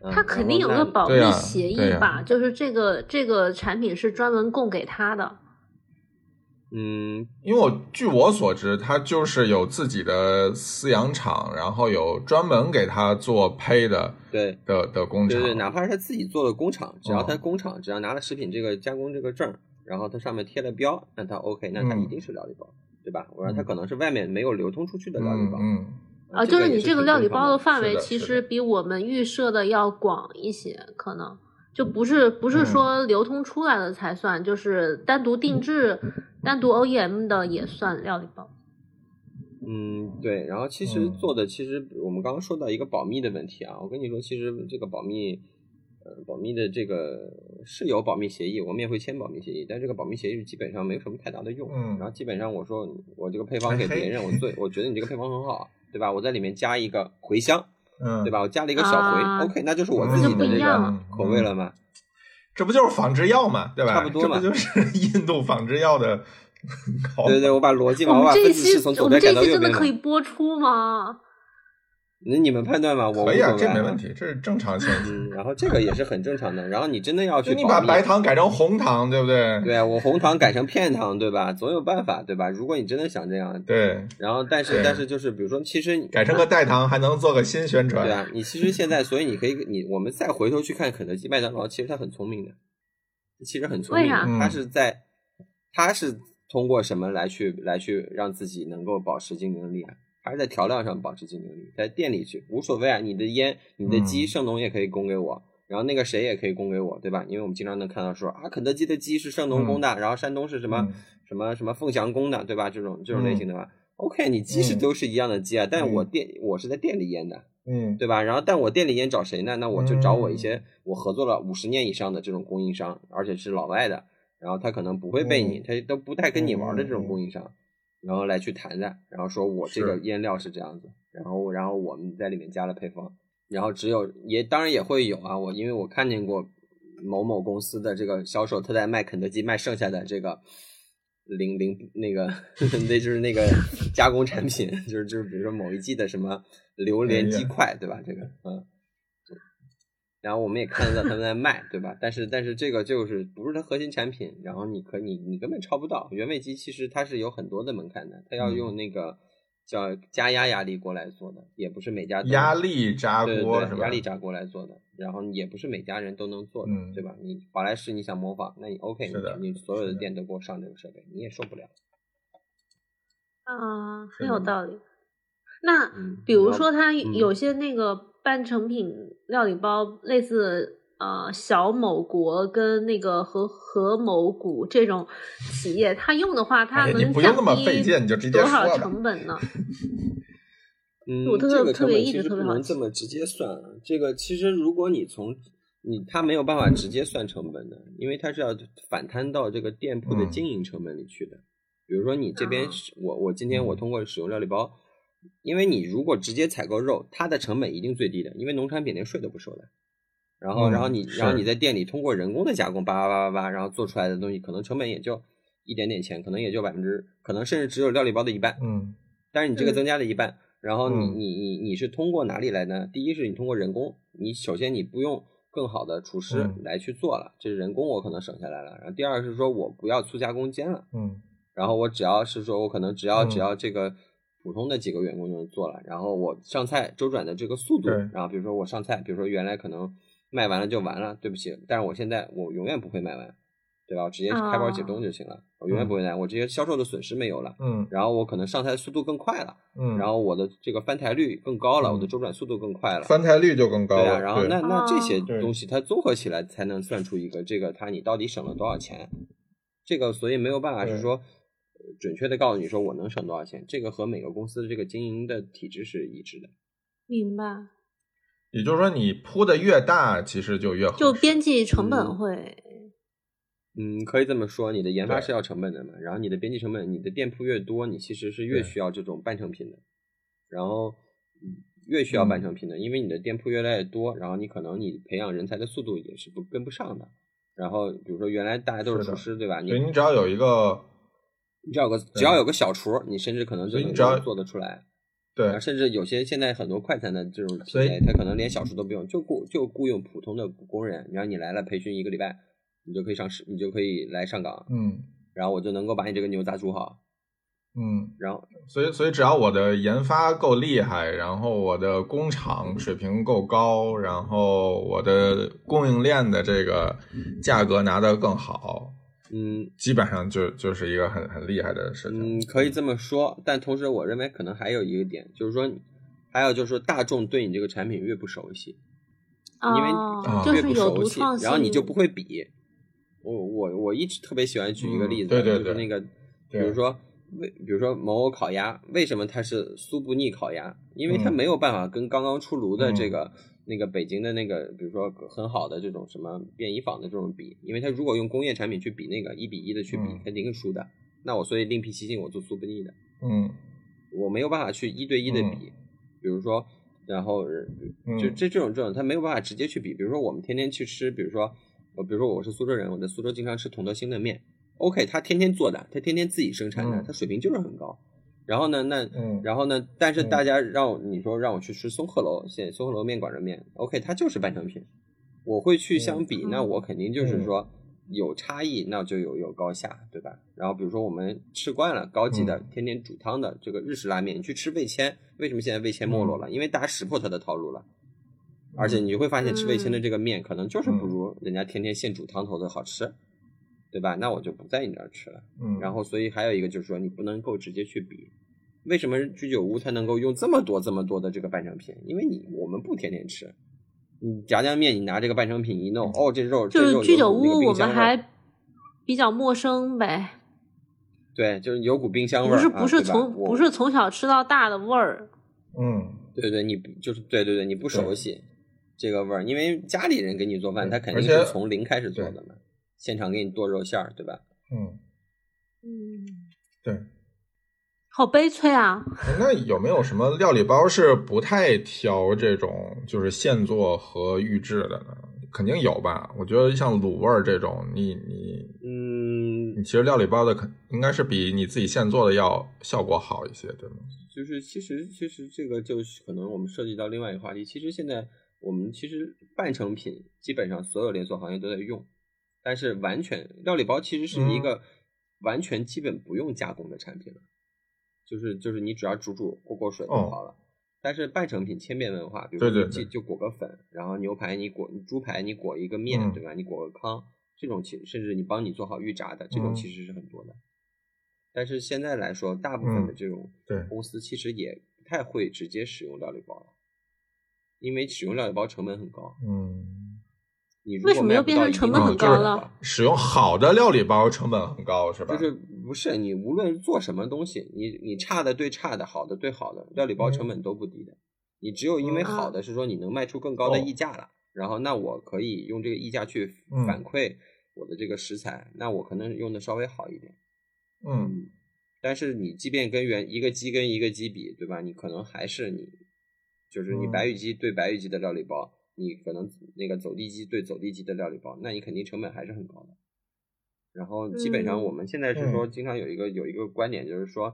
Speaker 3: 嗯
Speaker 2: 他肯定有个保密
Speaker 1: 对呀
Speaker 2: 协议
Speaker 1: 对呀
Speaker 2: 吧，就是这个这个产品是专门供给他的。
Speaker 3: 嗯，
Speaker 1: 因为我据我所知，他就是有自己的饲养场，然后有专门给他做胚的
Speaker 3: 对。
Speaker 1: 的的工
Speaker 3: 对
Speaker 1: 厂。
Speaker 3: 对，哪怕是他自己做的工厂，只要他
Speaker 1: 哦
Speaker 3: 工厂只要拿了食品这个加工这个证儿，然后它上面贴了标，那他 OK，那他
Speaker 1: 嗯
Speaker 3: 一定是料理包，对吧？我让他
Speaker 1: 嗯
Speaker 3: 可能是外面没有流通出去的料理
Speaker 1: 嗯
Speaker 3: 包
Speaker 1: 嗯，
Speaker 2: 啊，就是
Speaker 3: 也
Speaker 2: 你这个
Speaker 3: 挺
Speaker 2: 料
Speaker 3: 正
Speaker 2: 理
Speaker 3: 常
Speaker 2: 包的
Speaker 1: 是
Speaker 2: 范围
Speaker 1: 的
Speaker 2: 其
Speaker 1: 是
Speaker 2: 实
Speaker 1: 的
Speaker 2: 比我们预设的要广一些，可能就不是不
Speaker 3: 嗯
Speaker 2: 是说流通出来的才算，就是单独定制、单独 OEM 的也算料理包。
Speaker 3: 嗯，对，然后其实
Speaker 1: 嗯
Speaker 3: 做的，其实我们刚刚说到一个保密的问题啊，我跟你说，其实这个保密，呃，保密的这个是有保密协议，我们也会签保密协议，但这个保密协议基本上没有什么太大的用。
Speaker 1: 嗯
Speaker 3: 然后基本上我说我这个配方给别人，我最我觉得你这个配方很好，对吧？我在里面加一个茴香，
Speaker 1: 嗯，
Speaker 3: 对？吧？我加了一个小茴、
Speaker 2: 啊
Speaker 3: o k 那就是我
Speaker 1: 嗯
Speaker 3: 自己
Speaker 2: 这就
Speaker 3: 的
Speaker 2: 不
Speaker 3: 这
Speaker 2: 一样
Speaker 3: 个
Speaker 1: 了
Speaker 3: 口味了嘛。
Speaker 1: 这不就是仿制药嘛，对吧？
Speaker 3: 差不多
Speaker 1: 这
Speaker 3: 吧
Speaker 1: 不就是 [laughs] 印度仿制药 [laughs] 的搞法？
Speaker 3: 对对，我把逻辑嘛，
Speaker 2: 我
Speaker 3: 我把
Speaker 2: 们这一
Speaker 3: 分子
Speaker 2: 期
Speaker 3: 式从
Speaker 2: 我
Speaker 3: 左
Speaker 2: 们这一
Speaker 3: 边改到
Speaker 2: 期
Speaker 3: 右
Speaker 2: 真的
Speaker 3: 边
Speaker 2: 可以
Speaker 3: 嘛，
Speaker 2: 播出吗？
Speaker 3: 那你们判断吧，我无
Speaker 1: 可以啊，
Speaker 3: 所
Speaker 1: 这
Speaker 3: 谓
Speaker 1: 没问。题，这是正常现象。
Speaker 3: 嗯，然后这个也是很正常的。然后你真的要去
Speaker 1: 就你
Speaker 3: 保
Speaker 1: 把
Speaker 3: 密
Speaker 1: 白糖改成红糖，对不对？
Speaker 3: 对啊，我红糖改成片糖，对吧？总有办法，对吧？如果你真的想这样，
Speaker 1: 对，
Speaker 3: 然后但是
Speaker 1: 对
Speaker 3: 但是就是，比如说，其实你
Speaker 1: 改成个代糖还能做个新宣传。
Speaker 3: 对啊，你其实现在，所以你可以你我们再回头去看肯德基、麦当劳，其实它很聪明的，其实很聪明
Speaker 2: 为啥
Speaker 3: 的，
Speaker 1: 嗯
Speaker 3: 它是在它是通过什么来去来去让自己能够保持竞争力啊？还是在调料上保持竞争力，在店里去无所谓啊，你的烟、你的鸡、
Speaker 1: 嗯
Speaker 3: 盛农也可以供给我。然后那个谁也可以供给我，对吧？因为我们经常能看到说啊，肯德基的鸡是盛农供的，然后山东是什么、
Speaker 1: 嗯
Speaker 3: 什么什么凤翔宫的，对吧？这种这种类型的吧。OK，你鸡是
Speaker 1: 嗯
Speaker 3: 都是一样的鸡啊，但是我
Speaker 1: 嗯
Speaker 3: 店我是在店里腌的，
Speaker 1: 嗯
Speaker 3: 对吧？然后但我店里腌找谁呢？那我就找我一
Speaker 1: 嗯
Speaker 3: 些我合作了五十年以上的这种供应商，而且是老外的，然后他可能不会被你，
Speaker 1: 嗯
Speaker 3: 他都不太跟你玩的这
Speaker 1: 嗯
Speaker 3: 种
Speaker 1: 嗯嗯
Speaker 3: 供应商，然后来去谈的，然后说我这个
Speaker 1: 是
Speaker 3: 腌料是这样子，然后然后我们在里面加了配方，然后只有也当然也会有啊，我因为我看见过某某公司的这个销售，他在卖肯德基卖剩下的这个零零那个， [laughs] 那就是那个加工产品，就是就是比如说某一季的什么
Speaker 1: 哎
Speaker 3: 榴莲鸡块，对吧？这个嗯。然后我们也看得到他们在卖，对吧？但是但是这个就是不是它核心产品，然后你可你你根本抄不到原味鸡，其实它是有很多的门槛的，它要
Speaker 1: 嗯
Speaker 3: 用那个叫加压压力锅来做的，也不是每家都能
Speaker 1: 压力炸
Speaker 3: 啊对
Speaker 1: 锅
Speaker 3: 对
Speaker 1: 是
Speaker 3: 对，
Speaker 1: 吧？
Speaker 3: 压力炸锅来做的，然后也不是每家人都能做的，
Speaker 1: 嗯
Speaker 3: 对吧？你华莱士你想模仿，那你 OK，
Speaker 1: 是的
Speaker 3: 你你所有
Speaker 1: 是
Speaker 3: 的
Speaker 1: 的
Speaker 3: 店都给我上这个设备，你也受不了。
Speaker 2: 啊，
Speaker 1: 是
Speaker 2: 很有
Speaker 1: 的
Speaker 2: 道理。那
Speaker 3: 嗯
Speaker 2: 比如
Speaker 3: 然后
Speaker 2: 说，它
Speaker 3: 嗯
Speaker 2: 有些那个半成品料理包，类似呃小某国跟那个和和某谷这种企业，它用的话，它
Speaker 1: 哎呀
Speaker 2: 能
Speaker 1: 你不用那么
Speaker 2: 降
Speaker 1: 费
Speaker 2: 低
Speaker 1: 劲你就直接
Speaker 2: 多少
Speaker 1: 说吧
Speaker 2: 成
Speaker 1: [laughs]
Speaker 2: 本呢？
Speaker 3: 嗯，
Speaker 2: 我特
Speaker 3: 这个
Speaker 2: 特
Speaker 3: 成
Speaker 2: 别
Speaker 3: 本
Speaker 2: 一
Speaker 3: 其
Speaker 2: 直
Speaker 3: 实
Speaker 2: 特
Speaker 3: 不
Speaker 2: 别好
Speaker 3: 能
Speaker 2: 奇
Speaker 3: 这么直接算啊。这个其实如果你从你他没有办法直接算成本的，因为它是要反摊到这个店铺的
Speaker 1: 嗯
Speaker 3: 经营成本里去的。比如说你这边
Speaker 2: 啊
Speaker 3: 使我我今
Speaker 1: 嗯
Speaker 3: 天我通过使用料理包，因为你如果直接采购肉，它的成本一定最低的，因为农产品连税都不收的。然后，
Speaker 1: 嗯
Speaker 3: 然后你，然后
Speaker 1: 是
Speaker 3: 你在店里通过人工的加工，叭叭叭叭叭，然后做出来的东西，可能成本也就一点点钱，可能也就百分之，可能甚至只有料理包的一半。
Speaker 1: 嗯
Speaker 3: 但是你这个
Speaker 2: 嗯
Speaker 3: 增加了一半，然后你
Speaker 1: 嗯
Speaker 3: 你你你是通过哪里来呢？第一是你通过人工，你首先你不用更好的厨师
Speaker 1: 嗯
Speaker 3: 来去做了，这是人工我可能省下来了。然后第二是说我不要粗加工间了，
Speaker 1: 嗯
Speaker 3: 然后我只要是说我可能只要、
Speaker 1: 嗯
Speaker 3: 只要这个普通的几个员工就能做了，然后我上菜周转的这个速度
Speaker 1: 对，
Speaker 3: 然后比如说我上菜，比如说原来可能卖完了就完了，对不起，但是我现在我永远不会卖完，对吧？我直接开包解
Speaker 1: 哦
Speaker 3: 冻就行了，我永远不会卖，我这些销售的损失没有了，
Speaker 1: 嗯
Speaker 3: 然后我可能上菜速度更快了。
Speaker 1: 嗯，
Speaker 3: 然后我的这个翻台率更高了，
Speaker 1: 嗯
Speaker 3: 我的周转速度更快了。
Speaker 1: 翻台率就更高
Speaker 3: 对
Speaker 1: 了。
Speaker 3: 啊，然后那那这些
Speaker 2: 哦
Speaker 1: 对
Speaker 3: 东西它综合起来才能算出一个这个它你到底省了多少钱，这个所以没有办法
Speaker 1: 对
Speaker 3: 是说呃准确的告诉你说我能省多少钱，这个和每个公司的这个经营的体制是一致的。
Speaker 2: 明白。
Speaker 1: 也就是说，你铺的越大，其实就越合适
Speaker 2: 就边际成本
Speaker 3: 嗯
Speaker 2: 会，
Speaker 3: 嗯，可以这么说，你的研发
Speaker 1: 对
Speaker 3: 是要成本的嘛，然后你的边际成本，你的店铺越多，你其实是越
Speaker 1: 对
Speaker 3: 需要这种半成品的，然后嗯越需要半
Speaker 1: 嗯
Speaker 3: 成品的，因为你的店铺越来越多，然后你可能你培养人才的速度也是不跟不上的。然后比如说原来大家都是
Speaker 1: 是的
Speaker 3: 厨师，对吧？你
Speaker 1: 对你只要有一个，
Speaker 3: 你只要有个只要有个小厨，你甚至可能就
Speaker 1: 所以你
Speaker 3: 能
Speaker 1: 只要
Speaker 3: 够做得出来。
Speaker 1: 对
Speaker 3: 然后，甚至有些现在很多快餐的这种品
Speaker 1: 所以
Speaker 3: 类，他可能连小厨都不用，就雇就雇佣普通的工人，然后你来了培训一个礼拜，你就可以上市，你就可以来上岗，
Speaker 1: 嗯
Speaker 3: 然后我就能够把你这个牛杂煮好，
Speaker 1: 嗯，
Speaker 3: 然后
Speaker 1: 所以所以只要我的研发够厉害，然后我的工厂水平够高，然后我的供应链的这个价格拿得更好，
Speaker 3: 嗯
Speaker 1: 基本上就就是一个很很厉害的事情。
Speaker 3: 嗯，可以这么说，但同时我认为可能还有一个点，就是说，还有就是说大众对你这个产品越不熟悉，因为
Speaker 2: 哦
Speaker 1: 啊
Speaker 2: 就
Speaker 3: 越
Speaker 2: 是有
Speaker 3: 不熟
Speaker 2: 独
Speaker 3: 悉
Speaker 2: 创，性，
Speaker 3: 然后你就不会比。我我我一直特别喜欢举一个
Speaker 1: 嗯
Speaker 3: 例子，
Speaker 1: 对对
Speaker 3: 就是
Speaker 1: 对
Speaker 3: 那个，比
Speaker 1: 对
Speaker 3: 如说为比如说某某烤鸭，为什么它是苏布腻烤鸭？因为它
Speaker 1: 嗯
Speaker 3: 没有办法跟刚刚出炉的
Speaker 1: 嗯
Speaker 3: 这个、那个北京的那个，比如说很好的这种什么便宜坊的这种比，因为它如果用工业产品去比那个一比一的去比
Speaker 1: 嗯，
Speaker 3: 肯定是输的。那我所以另辟蹊径，我做苏布腻的。
Speaker 1: 嗯
Speaker 3: 我没有办法去一对一的比，比如说，然后呃
Speaker 1: 嗯
Speaker 3: 就这这种这种，他没有办法直接去比。比如说，我们天天去吃，比如说我，比如说我是苏州人，我在苏州经常吃同德兴的面。OK，他天天做的，他天天自己生产的，
Speaker 1: 嗯
Speaker 3: 他水平就是很高。然后呢，那
Speaker 1: 嗯
Speaker 3: 然后呢，但是
Speaker 1: 嗯
Speaker 3: 大家让我你说让我去吃松鹤楼，现在松鹤楼面馆的面，OK，它就是半成品。我会去相比，
Speaker 2: 嗯
Speaker 3: 那我肯定就是
Speaker 1: 嗯
Speaker 3: 说有差异，那就有有高下，对吧？然后比如说我们吃惯了高级的，
Speaker 1: 嗯
Speaker 3: 天天煮汤的这个日式拉面，你去吃味千，为什么现在味千没
Speaker 1: 嗯
Speaker 3: 落了？因为大家识破它的套路了。而且你会发现吃味千的这个面，可能就是
Speaker 1: 嗯
Speaker 3: 不如人家天天现煮汤头的好吃，对吧？那我就不在你那儿吃了。
Speaker 1: 嗯，
Speaker 3: 然后所以还有一个就是说，你不能够直接去比。为什么居酒屋它能够用这么多这么多的这个半成品？因为你我们不天天吃，你炸酱面你拿这个半成品一弄，哦，这肉
Speaker 2: 就
Speaker 3: 这
Speaker 2: 是
Speaker 3: 肉
Speaker 2: 居
Speaker 3: 有
Speaker 2: 酒
Speaker 3: 股那个
Speaker 2: 屋，我
Speaker 3: 冰箱
Speaker 2: 们
Speaker 3: 味儿
Speaker 2: 还比较陌生呗，
Speaker 3: 对，就是有股冰箱味
Speaker 2: 不
Speaker 3: 儿，
Speaker 2: 是
Speaker 3: 啊
Speaker 2: 不是
Speaker 3: 对吧
Speaker 2: 从
Speaker 3: 我
Speaker 2: 不是从小吃到大的味儿，
Speaker 1: 嗯
Speaker 3: 对对，你不就是对对对，你不熟
Speaker 1: 对
Speaker 3: 悉这个味儿，因为家里人给你做饭，
Speaker 1: 对
Speaker 3: 他肯
Speaker 1: 而
Speaker 3: 定
Speaker 1: 且
Speaker 3: 是从零开始做
Speaker 1: 对
Speaker 3: 的嘛，现场给你剁肉馅儿，对吧？
Speaker 1: 嗯，
Speaker 2: 嗯，
Speaker 1: 对。
Speaker 2: 好悲催啊！
Speaker 1: 哎那有没有什么料理包是不太挑这种就是现做和预制的呢？肯定有吧？我觉得像卤味儿这种，你你
Speaker 3: 嗯
Speaker 1: 你，其实料理包的肯应该是比你自己现做的要效果好一些，对吗？
Speaker 3: 就是其实其实这个就是可能我们涉及到另外一个话题。其实现在我们其实半成品基本上所有连锁行业都在用，但是完全料理包其实是一
Speaker 1: 嗯
Speaker 3: 个完全基本不用加工的产品了，就是就是你只要煮煮过过水就
Speaker 1: 哦
Speaker 3: 好了。但是半成品千变万化，比如说
Speaker 1: 对
Speaker 3: 你
Speaker 1: 对对
Speaker 3: 就就裹个粉，然后牛排你裹猪排你裹一个面、
Speaker 1: 嗯
Speaker 3: 对吧？你裹个汤，这种其甚至你帮你做好预炸的这种
Speaker 1: 嗯
Speaker 3: 其实是很多的。但是现在来说，大部分的
Speaker 1: 嗯
Speaker 3: 这种
Speaker 1: 对
Speaker 3: 公司其实也不太会直接使用料理包了，因为使用料理包成本很高。
Speaker 1: 嗯，
Speaker 3: 你如
Speaker 2: 为
Speaker 3: 果
Speaker 2: 什么
Speaker 3: 卖
Speaker 2: 又
Speaker 3: 不
Speaker 2: 变
Speaker 3: 到
Speaker 2: 成
Speaker 3: 一
Speaker 2: 成
Speaker 3: 定
Speaker 2: 本
Speaker 3: 的
Speaker 1: 很
Speaker 3: 价
Speaker 1: 高
Speaker 3: 格
Speaker 2: 了
Speaker 3: 话
Speaker 1: 使用好的料理包成本很高，是吧？
Speaker 3: 就是不是你无论做什么东西，你你差的对差的，好的对好的，料理包成本都不低的。你只有因为
Speaker 2: 嗯
Speaker 3: 好的是说你能卖出更高的
Speaker 1: 哦
Speaker 3: 溢价了，然后那我可以用这个溢价去
Speaker 1: 嗯
Speaker 3: 反馈我的这个食材，那我可能用的稍微好一点。
Speaker 1: 嗯，
Speaker 3: 嗯，但是你即便跟原一个鸡跟一个鸡比，对吧？你可能还是你，就是你
Speaker 1: 嗯
Speaker 3: 白羽鸡对白羽鸡的料理包，你可能那个走地鸡对走地鸡的料理包，那你肯定成本还是很高的。然后基本上
Speaker 2: 嗯
Speaker 3: 我们现在是说，经常有一个有一个观点就是说，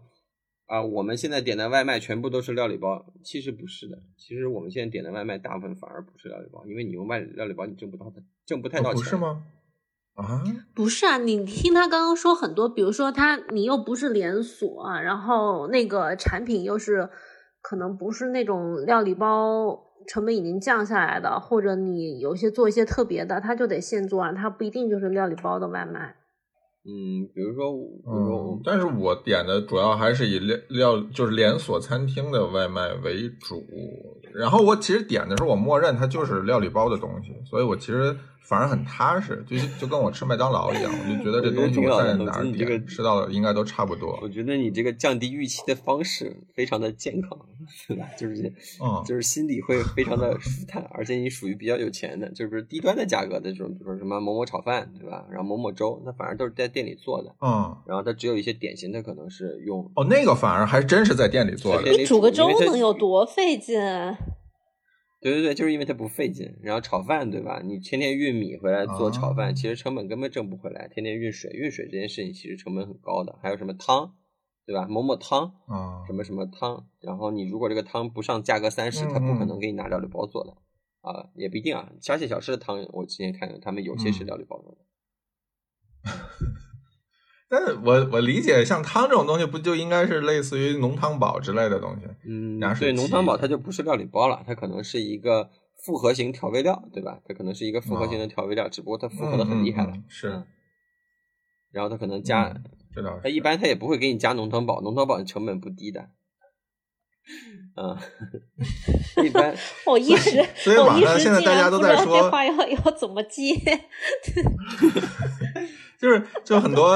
Speaker 3: 啊，我们现在点的外卖全部都是料理包，其实不是的。其实我们现在点的外卖大部分反而不是料理包，因为你用外料理包你挣不到的，挣不太到
Speaker 1: 哦
Speaker 3: 钱。
Speaker 1: 不是？吗？啊，
Speaker 2: 不是啊，你听他刚刚说很多，比如说他你又不是连锁、啊，然后那个产品又是可能不是那种料理包成本已经降下来的，或者你有些做一些特别的，他就得现做啊，他不一定就是料理包的外卖。
Speaker 3: 嗯，比如说，比如说我
Speaker 1: 嗯，但是我点的主要还是以料料就是连锁餐厅的外卖为主，然后我其实点的时候，我默认它就是料理包的东西，所以我其实反而很踏实，就就跟我吃麦当劳一样，我就觉得这东西我在哪儿
Speaker 3: 我觉得挺好的我觉得你这
Speaker 1: 点
Speaker 3: 个
Speaker 1: 吃到的应该都差不多
Speaker 3: 我。觉得你这个降低预期的方式非常的健康。 [laughs] 对吧？就是
Speaker 1: 嗯
Speaker 3: 就是心里会非常的舒坦，而且你属于比较有钱的，就是低端的价格的这种，比如说什么某某炒饭，对吧？然后某某粥，那反而都是在店里做的，
Speaker 1: 嗯，
Speaker 3: 然后它只有一些点心，它可能是用
Speaker 1: 哦，那个反而还真是在店里做的
Speaker 3: 对
Speaker 2: 你煮个粥
Speaker 3: 因为它
Speaker 2: 能有多费劲啊？
Speaker 3: 对对对，就是因为它不费劲。然后炒饭，对吧？你天天运米回来做炒
Speaker 1: 啊
Speaker 3: 饭，其实成本根本挣不回来。天天运水，运水这件事情其实成本很高的。还有什么汤，对吧？某某汤，
Speaker 1: 啊
Speaker 3: 什么什么汤，然后你如果这个汤不上价格三十，他不可
Speaker 1: 嗯嗯
Speaker 3: 能给你拿料理包做的啊、也不一定啊。小写小吃的汤，我之前看过，他们有些是
Speaker 1: 嗯
Speaker 3: 料理包做的。
Speaker 1: 但是我我理解，像汤这种东西，不就应该是类似于浓汤宝之类的东西？
Speaker 3: 嗯
Speaker 1: 拿，水
Speaker 3: 对，浓
Speaker 1: 鸡
Speaker 3: 汤宝它就不是料理包了，它可能是一个复合型调味料，对吧？它可能是一个复合型的调味料，只不过它复合的很厉害了。
Speaker 1: 嗯嗯嗯是
Speaker 3: 哦嗯，然后它可能加，
Speaker 1: 嗯这倒
Speaker 3: 它
Speaker 1: 是。
Speaker 3: 一般它也不会给你加浓汤宝，浓汤宝成本不低的。嗯， [laughs] 一般
Speaker 2: 我一时，
Speaker 1: 所以
Speaker 2: 我
Speaker 1: 网
Speaker 2: 一
Speaker 1: 上
Speaker 2: 时
Speaker 1: 现在
Speaker 2: 竟
Speaker 1: 大
Speaker 2: 然
Speaker 1: 家
Speaker 2: 不
Speaker 1: 都
Speaker 2: 知
Speaker 1: 在
Speaker 2: 道
Speaker 1: 说
Speaker 2: 这话要要怎么接。
Speaker 1: 就是就很多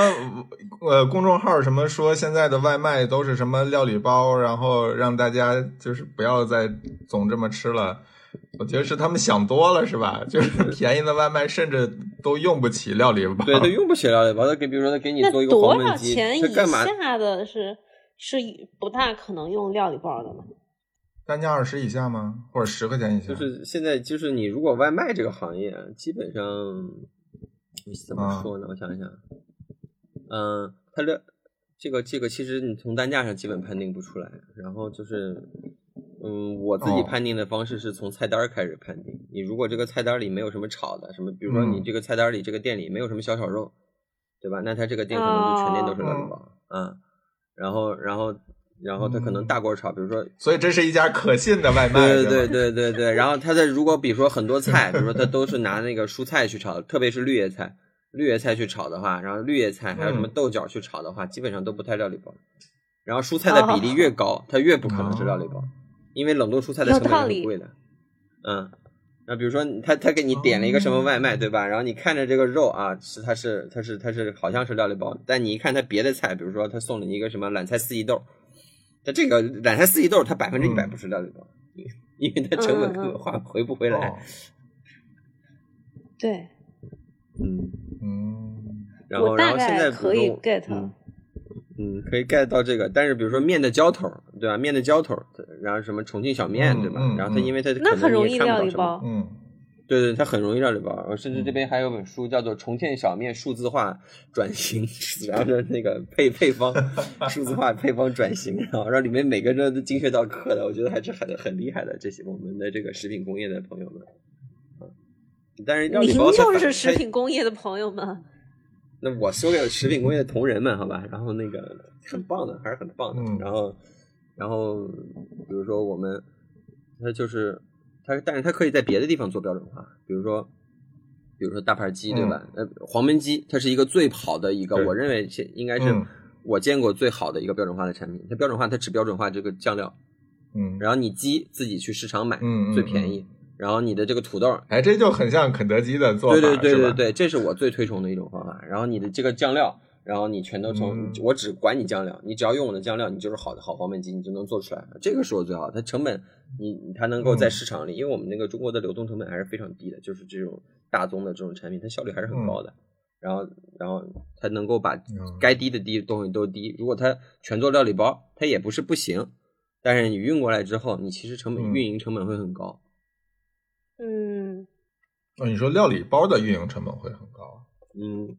Speaker 1: 呃公众号什么说现在的外卖都是什么料理包，然后让大家就是不要再总这么吃了。我觉得是他们想多了，是吧？就是 [laughs] 便宜的外卖甚至都用不起料理包。
Speaker 3: 对，它用不起料理包，它给比如说它给 [laughs] 你
Speaker 2: 那
Speaker 3: 做一个黄
Speaker 2: 多少
Speaker 3: 焖鸡，
Speaker 2: 钱
Speaker 3: 它
Speaker 2: 以
Speaker 3: 干嘛
Speaker 2: 下的是是不大可能用料理包的嘛？
Speaker 1: 单价二十以下吗？或者十块钱以下？
Speaker 3: 就是现在，就是你如果外卖这个行业，基本上怎么
Speaker 1: 啊
Speaker 3: 说呢？我想一想，嗯、它这这个这个，其实你从单价上基本判定不出来。然后就是，嗯，我自己
Speaker 1: 哦
Speaker 3: 判定的方式是从菜单儿开始判定。你如果这个菜单儿里没有什么炒的，什么，比如说你
Speaker 1: 嗯
Speaker 3: 这个菜单儿里这个店里没有什么小炒肉，对吧？那它这个店可能就全店都
Speaker 1: 哦
Speaker 3: 是料理包，嗯，然后然后然后它可
Speaker 1: 嗯
Speaker 3: 能大锅炒，比如说
Speaker 1: 所以这是一家可信的外卖。
Speaker 3: 对
Speaker 1: 对
Speaker 3: 对
Speaker 1: 吧
Speaker 3: 对对对，然后他的如果比如说很多菜，比如说他都是拿那个蔬菜去炒，特别是绿叶菜，绿叶菜去炒的话，然后绿叶菜还有什么
Speaker 1: 嗯
Speaker 3: 豆角去炒的话，基本上都不太料理包。然后蔬菜的比例越高，它越不可能是料理包，因为冷冻蔬菜的
Speaker 2: 哦有
Speaker 3: 成本是
Speaker 2: 道理
Speaker 3: 很贵的。嗯，那比如说他他给你点了一个什么外卖，对吧？然后你看着这个肉啊，是它是它是它是好像是料理包，但你一看它别的菜，比如说他送了你一个什么榄菜四季豆，它这个榄菜四季豆它百分之一百
Speaker 1: 嗯
Speaker 3: 不是料理包，因为它成本
Speaker 2: 嗯嗯
Speaker 3: 根本
Speaker 2: 嗯
Speaker 3: 换回不回
Speaker 1: 哦
Speaker 3: 来。
Speaker 2: 对，
Speaker 3: 嗯，
Speaker 1: 嗯，
Speaker 3: 然后
Speaker 2: 我
Speaker 3: 然
Speaker 2: 大
Speaker 3: 后现
Speaker 2: 概
Speaker 3: 在比
Speaker 2: 可
Speaker 3: 如
Speaker 2: 以
Speaker 3: 说
Speaker 2: get
Speaker 3: 嗯嗯，可以 get 到这个，但是比如说面的浇头儿，对吧？面的浇头儿，然后什么重庆小面，
Speaker 1: 嗯
Speaker 3: 对吧？
Speaker 1: 嗯
Speaker 3: 然后它
Speaker 1: 嗯
Speaker 3: 因为它
Speaker 2: 那
Speaker 3: 可
Speaker 2: 很
Speaker 3: 能
Speaker 2: 容易
Speaker 3: 你也看不
Speaker 2: 料
Speaker 3: 到
Speaker 2: 理
Speaker 3: 什么，
Speaker 2: 包。
Speaker 1: 嗯，
Speaker 3: 对对，它很容易料理包。呃甚至
Speaker 1: 嗯
Speaker 3: 这边还有本书叫做《重庆小面数字化转型》，然后是那个配配方数字化配方转型，然后让里面每个人都精确到克的，我觉得还是很很厉害的。这些我们的这个食品工业的朋友们，嗯但是料理
Speaker 2: 您
Speaker 3: 包它
Speaker 2: 就
Speaker 3: 反
Speaker 2: 是食
Speaker 3: 它
Speaker 2: 品工业的朋友们，
Speaker 3: 那我说给食品工业的同仁们，好吧，然后那个很棒的，还是很棒的。
Speaker 1: 嗯
Speaker 3: 然后，然后比如说我们，它就是它，但是它可以在别的地方做标准化，比如说，比如说大盘鸡，对吧？呃，黄焖鸡，它是一个最好的一个，
Speaker 1: 嗯对
Speaker 3: 我认为是应该是
Speaker 1: 嗯
Speaker 3: 我见过最好的一个标准化的产品。它标准化，它只标准化这个酱料，
Speaker 1: 嗯，
Speaker 3: 然后你鸡自己去市场买，
Speaker 1: 嗯嗯
Speaker 3: 最便宜。然后你的这个土豆
Speaker 1: 哎，这就很像肯德基的做法，
Speaker 3: 对对对
Speaker 1: 是吧
Speaker 3: 对对，这是我最推崇的一种方法。然后你的这个酱料，然后你全都从、
Speaker 1: 嗯
Speaker 3: 我只管你酱料，你只要用我的酱料，你就是好的好黄焖鸡，你就能做出来。这个是我最好的，它成本你你它能够在
Speaker 1: 嗯
Speaker 3: 市场里，因为我们那个中国的流通成本还是非常低的，就是这种大宗的这种产品，它效率还是很高的。然后然后它能够把
Speaker 1: 嗯
Speaker 3: 该低的低东西都低，如果它全做料理包，它也不是不行。但是你运过来之后，你其实成本、
Speaker 1: 嗯
Speaker 3: 运营成本会很高。
Speaker 2: 嗯，
Speaker 1: 哦，你说料理包的运营成本会很高，啊
Speaker 3: 嗯，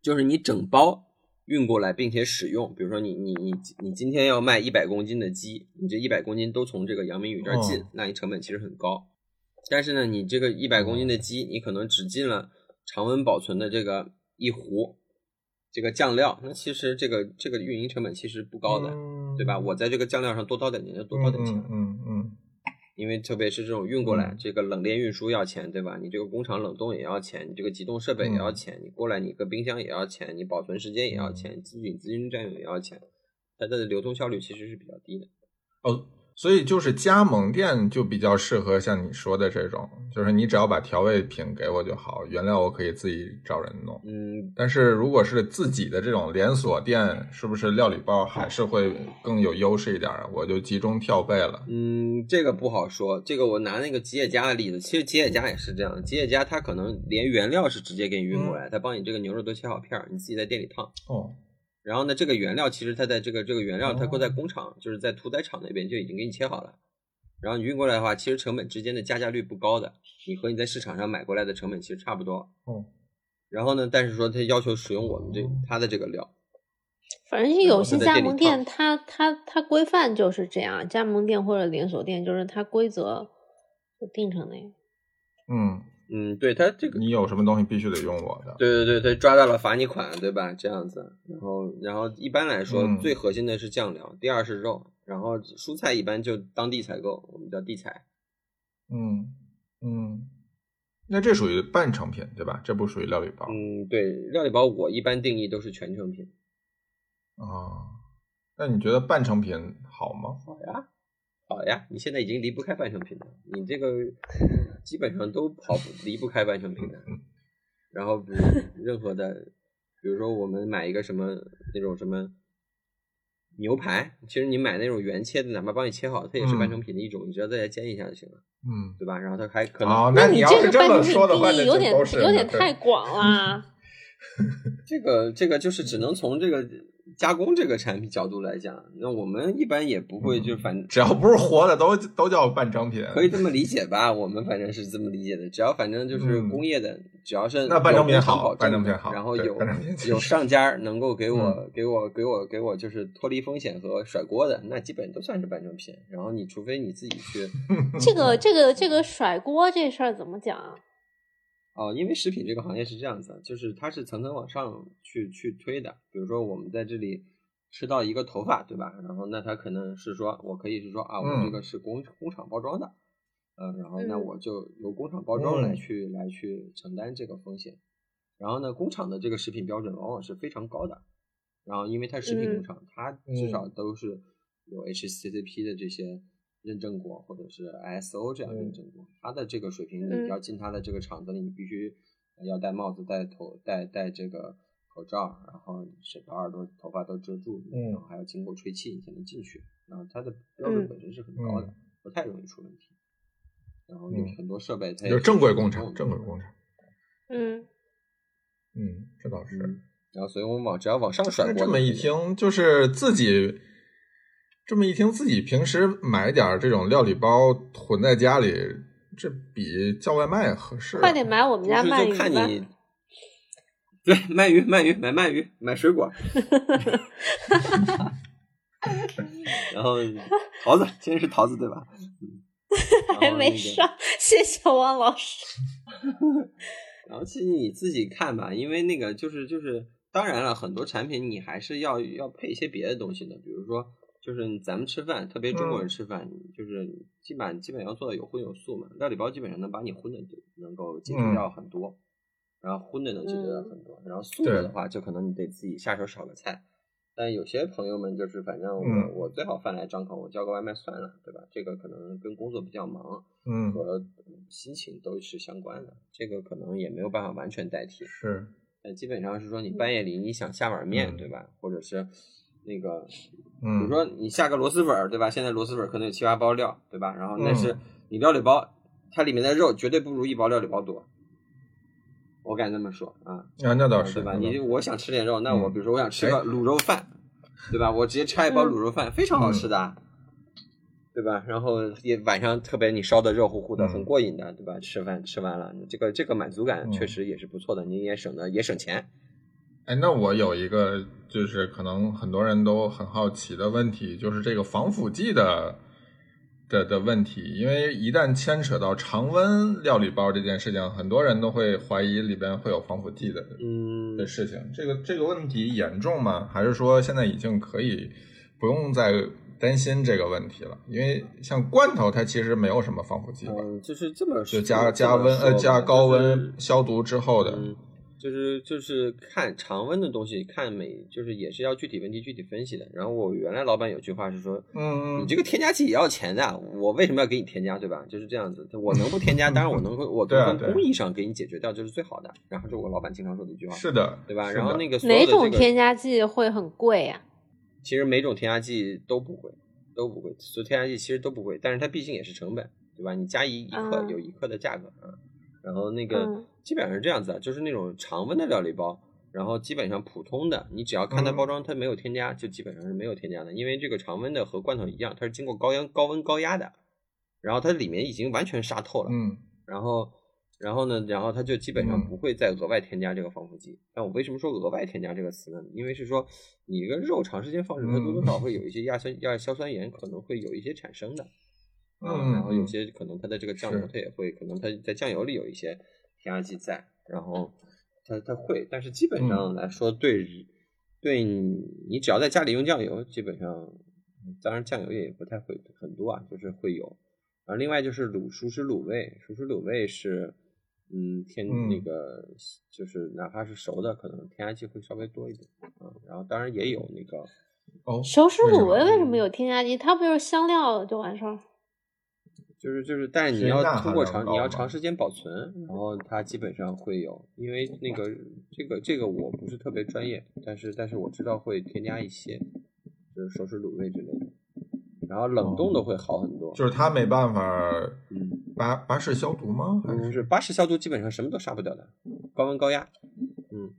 Speaker 3: 就是你整包运过来并且使用，比如说你你你你今天要卖一百公斤的鸡，你这一百公斤都从这个杨明宇这儿进，
Speaker 1: 哦
Speaker 3: 那你成本其实很高。但是呢，你这个一百公斤的鸡，你可能只进了常温保存的这个一壶这个酱料，那其实这个这个运营成本其实不高的，
Speaker 1: 嗯
Speaker 3: 对吧？我在这个酱料上多掏点钱就多掏
Speaker 1: 嗯
Speaker 3: 点钱，
Speaker 1: 嗯嗯嗯，
Speaker 3: 因为特别是这种运过来，
Speaker 1: 嗯
Speaker 3: 这个冷链运输要钱，对吧？你这个工厂冷冻也要钱，你这个急冻设备也要钱，你过来你个冰箱也要钱，你保存时间也要钱，资金资金占用也要钱，它的流通效率其实是比较低的。
Speaker 1: 哦，所以就是加盟店就比较适合像你说的这种，就是你只要把调味品给我就好，原料我可以自己找人弄。
Speaker 3: 嗯，
Speaker 1: 但是如果是自己的这种连锁店，是不是料理包还是会更有优势一点儿？啊我就集中跳贝了。
Speaker 3: 嗯，这个不好说。这个我拿那个吉野家的例子，其实吉野家也是这样的。吉野家它可能连原料是直接给你运过来，它帮你这个牛肉都切好片儿，你自己在店里烫。
Speaker 1: 哦，
Speaker 3: 然后呢，这个原料其实它在这个这个原料它
Speaker 1: 哦
Speaker 3: 搁在工厂，就是在屠宰场那边就已经给你切好了。然后你运过来的话，其实成本之间的加价率不高的，你和你在市场上买过来的成本其实差不多。
Speaker 1: 哦，
Speaker 3: 然后呢，但是说它要求使用我们这它的这个料，
Speaker 2: 反正有
Speaker 3: 我
Speaker 2: 些
Speaker 3: 在
Speaker 2: 加
Speaker 3: 店里
Speaker 2: 盟
Speaker 3: 烫
Speaker 2: 店，它它它规范就是这样，加盟店或者连锁店就是它规则就定成那样。
Speaker 1: 嗯，
Speaker 3: 嗯，对它这个
Speaker 1: 你有什么东西必须得用我的。
Speaker 3: 对对对对，抓到了罚你款，对吧？这样子，然后然后一般来说、
Speaker 1: 嗯
Speaker 3: 最核心的是酱料，第二是肉，然后蔬菜一般就当地采购，我们叫地采。
Speaker 1: 嗯嗯，那这属于半成品对吧？这不属于料理包。
Speaker 3: 嗯，对，料理包我一般定义都是全成品。嗯
Speaker 1: 啊，那你觉得半成品好吗？
Speaker 3: 好呀，好呀，你现在已经离不开半成品了，你这个基本上都跑不离不开半成品的。然后比如任何的，比如说我们买一个什么那种什么牛排，其实你买那种原切的，哪怕帮你切好，它也是半成品的一种，你只要再来煎一下就行了，
Speaker 1: 嗯，
Speaker 3: 对吧？然后它还可能、
Speaker 1: 哦，
Speaker 2: 你
Speaker 1: 你要
Speaker 2: 嗯这
Speaker 1: 是
Speaker 2: 个
Speaker 1: 这
Speaker 2: 半成
Speaker 1: 么
Speaker 2: 品
Speaker 1: 说的话，
Speaker 2: 定
Speaker 1: 那
Speaker 2: 义有
Speaker 1: 就
Speaker 2: 点
Speaker 1: 都是
Speaker 2: 有点
Speaker 1: 那对
Speaker 2: 太广啦。
Speaker 3: 这个这个就是只能从这个加工这个产品角度来讲，那我们一般也不会就反。
Speaker 1: 只要不是活的都都叫半成品。
Speaker 3: 可以这么理解吧？ [laughs] 我们反正是这么理解的，只要反正就是
Speaker 1: 嗯
Speaker 3: 工业的，只要是
Speaker 1: 那半成品
Speaker 3: 有工厂
Speaker 1: 好
Speaker 3: 保
Speaker 1: 半成
Speaker 3: 证的
Speaker 1: 品好
Speaker 3: 然后
Speaker 1: 对
Speaker 3: 有
Speaker 1: 半成品其实
Speaker 3: 有上家儿能够给
Speaker 1: 嗯
Speaker 3: 我给我给我给我就是脱离风险和甩锅的，那基本都算是半成品。然后你除非你自己去
Speaker 2: 这个这个这个甩锅这事儿怎么讲啊？
Speaker 3: 哦，因为食品这个行业是这样子，就是它是层层往上去去推的。比如说我们在这里吃到一个头发，对吧？然后那它可能是说我可以是说啊，我
Speaker 1: 嗯
Speaker 3: 这个是工工厂包装的，呃，然后那
Speaker 2: 嗯
Speaker 3: 我就由工厂包装来
Speaker 1: 嗯
Speaker 3: 去来去承担这个风险。然后呢，工厂的这个食品标准往往是非常高的，然后因为它是食品
Speaker 2: 嗯
Speaker 3: 工厂，它至
Speaker 1: 嗯
Speaker 3: 少都是有 HACCP 的这些认证过，或者是 ISO 这样
Speaker 1: 嗯
Speaker 3: 认证过，它的这个水平，
Speaker 2: 嗯
Speaker 3: 你要进它的这个厂子里，你必须呃要戴帽子、戴头、戴戴这个口罩，然后是把耳朵、头发都遮住，
Speaker 1: 嗯
Speaker 3: 然后还要经过吹气你才能进去，然后它的标准
Speaker 2: 嗯
Speaker 3: 本身是很高的，不太容易出问题。然后有
Speaker 1: 嗯
Speaker 3: 很多设备，它也
Speaker 1: 就是正规
Speaker 3: 手
Speaker 1: 工
Speaker 3: 动
Speaker 1: 厂，
Speaker 3: 的
Speaker 1: 正规工厂。
Speaker 2: 嗯，
Speaker 1: 嗯，这倒是。
Speaker 3: 嗯，然后所以我们往只要往上甩
Speaker 1: 那
Speaker 3: 锅，
Speaker 1: 这么一，听，就是自己这么一听，自己平时买点儿这种料理包囤在家里，这比叫外卖合适啊。
Speaker 2: 快点买我们
Speaker 3: 就
Speaker 2: 家
Speaker 3: 是
Speaker 2: 鳗鱼
Speaker 3: 就看
Speaker 2: 吧。
Speaker 3: 你。 [laughs] 对，卖鱼，卖鱼，买鳗鱼，买
Speaker 2: [laughs]
Speaker 3: 水果， [laughs] 然后桃子，今天是桃子对吧？
Speaker 2: [laughs]
Speaker 3: 嗯
Speaker 2: 还没。
Speaker 3: 然后那个
Speaker 2: 上，谢谢汪老师。
Speaker 3: 然后其实你自己看吧，因为那个就是就是，当然了，很多产品你还是要要配一些别的东西的，比如说就是你咱们吃饭，特别中
Speaker 1: 嗯
Speaker 3: 国人吃饭，就是基本基本要做到有荤有素嘛。料理包基本上能把你荤的就能够解
Speaker 1: 嗯
Speaker 3: 决掉很多，然后荤的能解决掉很多，然后素的
Speaker 1: 对
Speaker 3: 的话就可能你得自己下手炒个菜。但有些朋友们就是，反正我、
Speaker 1: 嗯
Speaker 3: 我最好饭来张口，我叫个外卖算了，对吧？这个可能跟工作比较忙，
Speaker 1: 嗯，
Speaker 3: 和心情都是相关的，这个可能也没有办法完全代替。
Speaker 1: 是，
Speaker 3: 但基本上是说，你半夜里你想下碗面，
Speaker 1: 嗯
Speaker 3: 对吧？或者是那个，比
Speaker 1: 嗯，
Speaker 3: 如说你下个螺蛳粉儿，对吧？现在螺蛳粉儿可能有七八包料，对吧？然后但
Speaker 1: 嗯
Speaker 3: 是你料理包，它里面的肉绝对不如一包料理包多，我敢这么说啊，
Speaker 1: 啊，那倒是
Speaker 3: 对吧？
Speaker 1: 那倒
Speaker 3: 你
Speaker 1: 是
Speaker 3: 我想吃点肉，那我
Speaker 1: 嗯
Speaker 3: 比如说我想吃
Speaker 1: 哎
Speaker 3: 个卤肉饭，对吧？我直接拆一包卤肉饭，非常好吃的啊，
Speaker 1: 嗯
Speaker 3: 对吧？然后也晚上特别你烧的热乎乎的，
Speaker 1: 嗯
Speaker 3: 很过瘾的，对吧？吃饭吃完了，这个这个满足感
Speaker 1: 嗯
Speaker 3: 确实也是不错的，你也省的也省钱。
Speaker 1: 哎，那我有一个就是可能很多人都很好奇的问题，就是这个防腐剂的的的问题，因为一旦牵扯到常温料理包这件事情，很多人都会怀疑里边会有防腐剂的
Speaker 3: 嗯
Speaker 1: 的，事情。这个这个问题严重吗？还是说现在已经可以不用再担心这个问题了？因为像罐头它其实没有什么防腐剂吧，
Speaker 3: 嗯，就是这么
Speaker 1: 就
Speaker 3: 说
Speaker 1: 加
Speaker 3: 这
Speaker 1: 加
Speaker 3: 么
Speaker 1: 温
Speaker 3: 说
Speaker 1: 呃加
Speaker 3: 吧
Speaker 1: 高
Speaker 3: 就是
Speaker 1: 温消毒之后的，
Speaker 3: 嗯，就是就是看常温的东西，看每就是也是要具体问题具体分析的。然后我原来老板有句话是说，
Speaker 1: 嗯
Speaker 3: 你这个添加剂也要钱的，啊我为什么要给你添加，对吧？就是这样子，我能不添加，当然我能够，我
Speaker 1: 嗯对啊
Speaker 3: 能
Speaker 1: 对啊
Speaker 3: 从工艺上给你解决掉，就是最好的。然后这我老板经常说的一句话，
Speaker 1: 是的，
Speaker 3: 对吧？
Speaker 1: 是
Speaker 3: 然后
Speaker 1: 的
Speaker 3: 那个所有
Speaker 2: 哪
Speaker 3: 的这
Speaker 2: 种
Speaker 3: 个
Speaker 2: 添加剂会很贵啊呀、
Speaker 3: 其实每种添加剂都不贵，都不贵，所有添加剂其实都不贵，但是它毕竟也是成本，对吧？你加一一克、
Speaker 2: 嗯
Speaker 3: 有一克的价格啊，然后那个、
Speaker 2: 嗯
Speaker 3: 基本上是这样子啊，就是那种常温的料理包，然后基本上普通的，你只要看它
Speaker 1: 嗯
Speaker 3: 包装它没有添加，就基本上是没有添加的，因为这个常温的和罐头一样，它是经过高压高温高压的，然后它里面已经完全杀透了，
Speaker 1: 嗯
Speaker 3: 然后，然后呢，然后它就基本上
Speaker 1: 嗯
Speaker 3: 不会再额外添加这个防腐剂。但我为什么说额外添加这个词呢？因为是说你一个肉长时间放置，它多多
Speaker 1: 嗯
Speaker 3: 少少会有一些亚酸亚硝酸盐可能会有一些产生的。啊，
Speaker 1: 嗯
Speaker 3: 然后有
Speaker 1: 嗯
Speaker 3: 些可能它的这个酱
Speaker 1: 是
Speaker 3: 油它也会，可能它在酱油里有一些添加剂在，然后它它会，但是基
Speaker 1: 嗯
Speaker 3: 本上来说对人、对你你只要在家里用酱油，基本上当然酱油也不太会很多啊，就是会有。然后另外就是卤熟食卤味，熟食卤味是嗯添
Speaker 1: 嗯
Speaker 3: 那个就是哪怕是熟的，可能添加剂会稍微多一点啊。然后当然也有那个
Speaker 1: 哦，
Speaker 2: 熟食卤
Speaker 1: 为
Speaker 2: 味
Speaker 1: 什么
Speaker 2: 为什么有添加剂？它不就是香料就完事儿？
Speaker 3: 就是就是，但是你
Speaker 1: 水钠
Speaker 3: 要
Speaker 1: 含
Speaker 3: 通过
Speaker 1: 量
Speaker 3: 长，
Speaker 1: 高
Speaker 3: 你要
Speaker 1: 吗
Speaker 3: 长时间保存，
Speaker 1: 嗯
Speaker 3: 然后它基本上会有，因为那个这个这个我不是特别专业，但是但是我知道会添加一些，就是熟食卤味之类的，然后冷冻的会好很多，
Speaker 1: 哦就是它没办法
Speaker 3: 嗯，
Speaker 1: 拔拔屎消毒吗？还
Speaker 3: 就是是巴氏消毒基本上什么都杀不掉的，高温高压，嗯，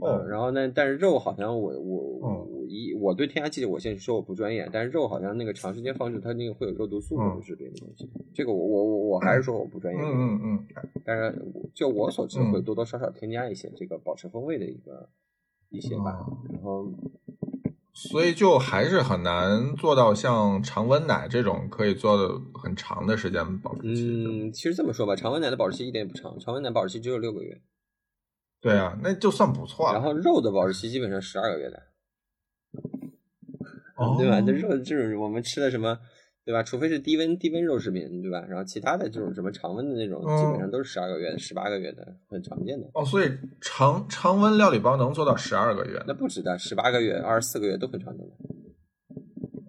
Speaker 1: 哦，
Speaker 3: 然后呢，但是肉好像我我
Speaker 1: 哦
Speaker 3: 我一我对添加剂，我先说我不专业，但是肉好像那个长时间放置，它那个会有肉毒素或者是别的东西，这个我我我我还是说我不专
Speaker 1: 嗯
Speaker 3: 业，
Speaker 1: 嗯嗯，
Speaker 3: 但是我就我所知，
Speaker 1: 嗯
Speaker 3: 会多多少少添加一些这个保持风味的一个一些吧。
Speaker 1: 哦
Speaker 3: 然后
Speaker 1: 所以就还是很难做到像常温奶这种可以做的很长的时间保质期。
Speaker 3: 嗯，其实这么说吧，常温奶的保质期一点也不长，常温奶保质期只有六个月，
Speaker 1: 对啊，那就算不错了。
Speaker 3: 然后肉的保质期基本上十二个月的，
Speaker 1: 哦
Speaker 3: [laughs] 对吧？这肉就是我们吃的什么。对吧？除非是低温低温肉食品，对吧？然后其他的这种什么常温的那种，
Speaker 1: 嗯
Speaker 3: 基本上都是十二个月的、十八个月的，很常见的。
Speaker 1: 哦，所以常常温料理包能做到十二个月
Speaker 3: 那不止的，十八个月、二十四个月都很常见的。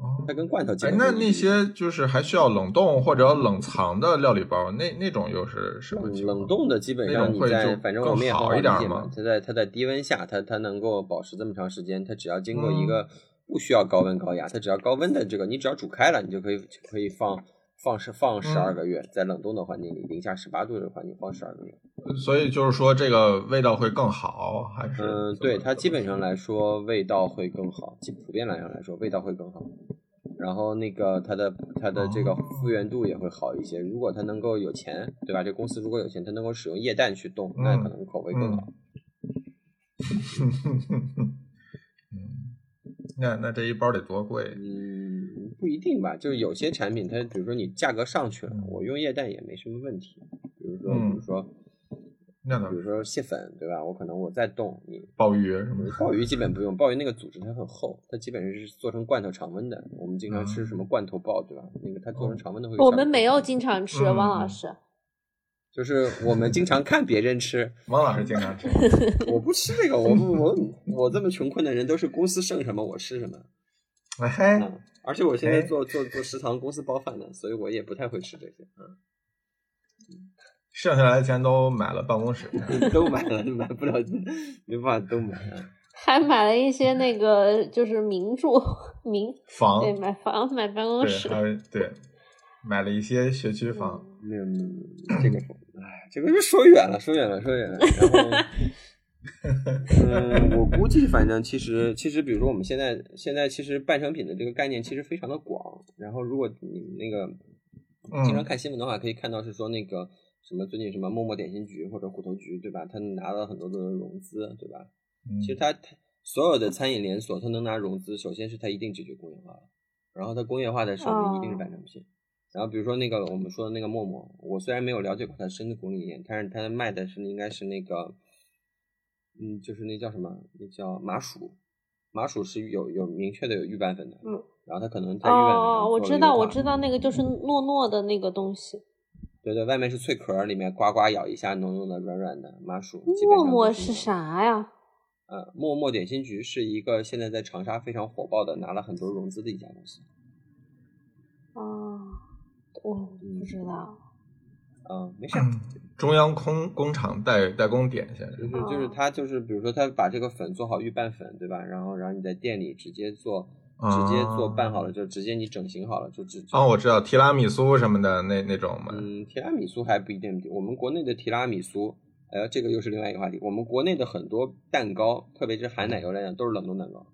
Speaker 1: 哦
Speaker 3: 它跟罐头基
Speaker 1: 哎，
Speaker 3: 本
Speaker 1: 那
Speaker 3: 上
Speaker 1: 那些就是还需要冷冻或者冷藏的料理包，那那种又是什么
Speaker 3: 嗯
Speaker 1: 情况？
Speaker 3: 冷冻的基本
Speaker 1: 那
Speaker 3: 上
Speaker 1: 种
Speaker 3: 你
Speaker 1: 会
Speaker 3: 在，
Speaker 1: 就
Speaker 3: 反正
Speaker 1: 更
Speaker 3: 我们也很
Speaker 1: 好一
Speaker 3: 理
Speaker 1: 点
Speaker 3: 解嘛
Speaker 1: 吗。
Speaker 3: 它在它在低温下，它它能够保持这么长时间，它只要经过一
Speaker 1: 嗯
Speaker 3: 个不需要高温高压，它只要高温的这个，你只要煮开了，你就可以就可以放放十放十二
Speaker 1: 嗯
Speaker 3: 个月，在冷冻的环境里，零下十八度的环境放十二个月。
Speaker 1: 所以就是说，这个味道会更好，还是？
Speaker 3: 嗯，对，它基本上来说味道会更好，基普遍来上来说味道会更好。然后那个它的它的这个
Speaker 1: 哦
Speaker 3: 复原度也会好一些。如果它能够有钱，对吧？这公司如果有钱，它能够使用液氮去冻，那
Speaker 1: 嗯
Speaker 3: 可能口味更
Speaker 1: 嗯
Speaker 3: 好。
Speaker 1: 嗯，那那这一包得多贵？
Speaker 3: 嗯，不一定吧，就是有些产品它，比如说你价格上去了，
Speaker 1: 嗯
Speaker 3: 我用液氮也没什么问题。比如说，
Speaker 1: 嗯
Speaker 3: 比如说，
Speaker 1: 那倒
Speaker 3: 比如
Speaker 1: 是
Speaker 3: 说蟹粉，对吧？我可能我再冻你。
Speaker 1: 鲍鱼什么的？
Speaker 3: 鲍鱼基本不用，鲍鱼那个组织它很厚，它基本上是做成罐头常温的。我们经常吃
Speaker 1: 嗯
Speaker 3: 什么罐头鲍，对吧？那个它做成常温的会。
Speaker 2: 我们没有，经常吃，
Speaker 1: 嗯
Speaker 2: 汪老师。
Speaker 3: 就是我们经常看别人
Speaker 2: [laughs]
Speaker 3: 吃，
Speaker 1: 王老师经常吃，
Speaker 3: 我不吃这个，我不我我这么穷困的人都是公司剩什么我吃什么。
Speaker 1: 哎，
Speaker 3: 嗯，而且我现在
Speaker 1: 哎
Speaker 3: 做做做食堂公司包饭的，所以我也不太会吃这些。嗯。
Speaker 1: 剩下来的钱都买了办公室。
Speaker 3: [laughs] 都买了，买不了，没办法都买了。
Speaker 2: 还买了一些那个，就是名著名，
Speaker 1: 房
Speaker 2: 对，买房买办公
Speaker 1: 对，
Speaker 2: 室
Speaker 1: 还，有对，买了一些学区房。
Speaker 3: 那这个，哎，这个又说远了，说远了，说远了。然后，嗯、我估计反正其实其实，比如说我们现在现在其实半成品的这个概念其实非常的广。然后，如果你们那个经
Speaker 1: 嗯
Speaker 3: 常看新闻的话，可以看到是说那个什么最近什么陌陌点心局或者虎头局，对吧？他拿到很多的融资，对吧？嗯
Speaker 1: 嗯
Speaker 3: 其实它它所有的餐饮连锁，它能拿融资，首先是它一定解决工业化了，然后它工业化的手
Speaker 2: 哦
Speaker 3: 艺一定是半成品。然后比如说那个我们说的那个陌陌，我虽然没有了解过它深的供应链，但是它卖的是应该是那个，嗯，就是那叫什么？那叫麻薯，麻薯是有有明确的有预拌粉的，
Speaker 2: 嗯，
Speaker 3: 然后它可能在预拌粉上
Speaker 2: 哦，我
Speaker 3: 做了
Speaker 2: 知
Speaker 3: 优
Speaker 2: 道，
Speaker 3: 化
Speaker 2: 我知道那个就是诺诺的那个东西，
Speaker 3: 对对，外面是脆壳，里面呱呱咬一下，浓浓的、软软的麻薯。基本
Speaker 2: 沫
Speaker 3: 上
Speaker 2: 沫
Speaker 3: 都
Speaker 2: 是
Speaker 3: 那种？
Speaker 2: 啥呀？
Speaker 3: 呃，沫沫点心局是一个现在在长沙非常火爆的，拿了很多融资的一家公司。
Speaker 2: 哦，我不知道。
Speaker 3: 嗯，没事儿，
Speaker 1: 中央空工厂代代工点现在
Speaker 3: 就是就是
Speaker 2: 哦
Speaker 3: 它就是，比如说它把这个粉做好预拌粉，对吧？然后然后你在店里直接做，直接做拌好了，就直接你整形好了，就直
Speaker 1: 哦，啊我知道提拉米苏什么的那那种嘛，
Speaker 3: 嗯，提拉米苏还不一定，我们国内的提拉米苏，呃，这个又是另外一个话题。我们国内的很多蛋糕，特别是含奶油来讲，都是冷冻蛋糕，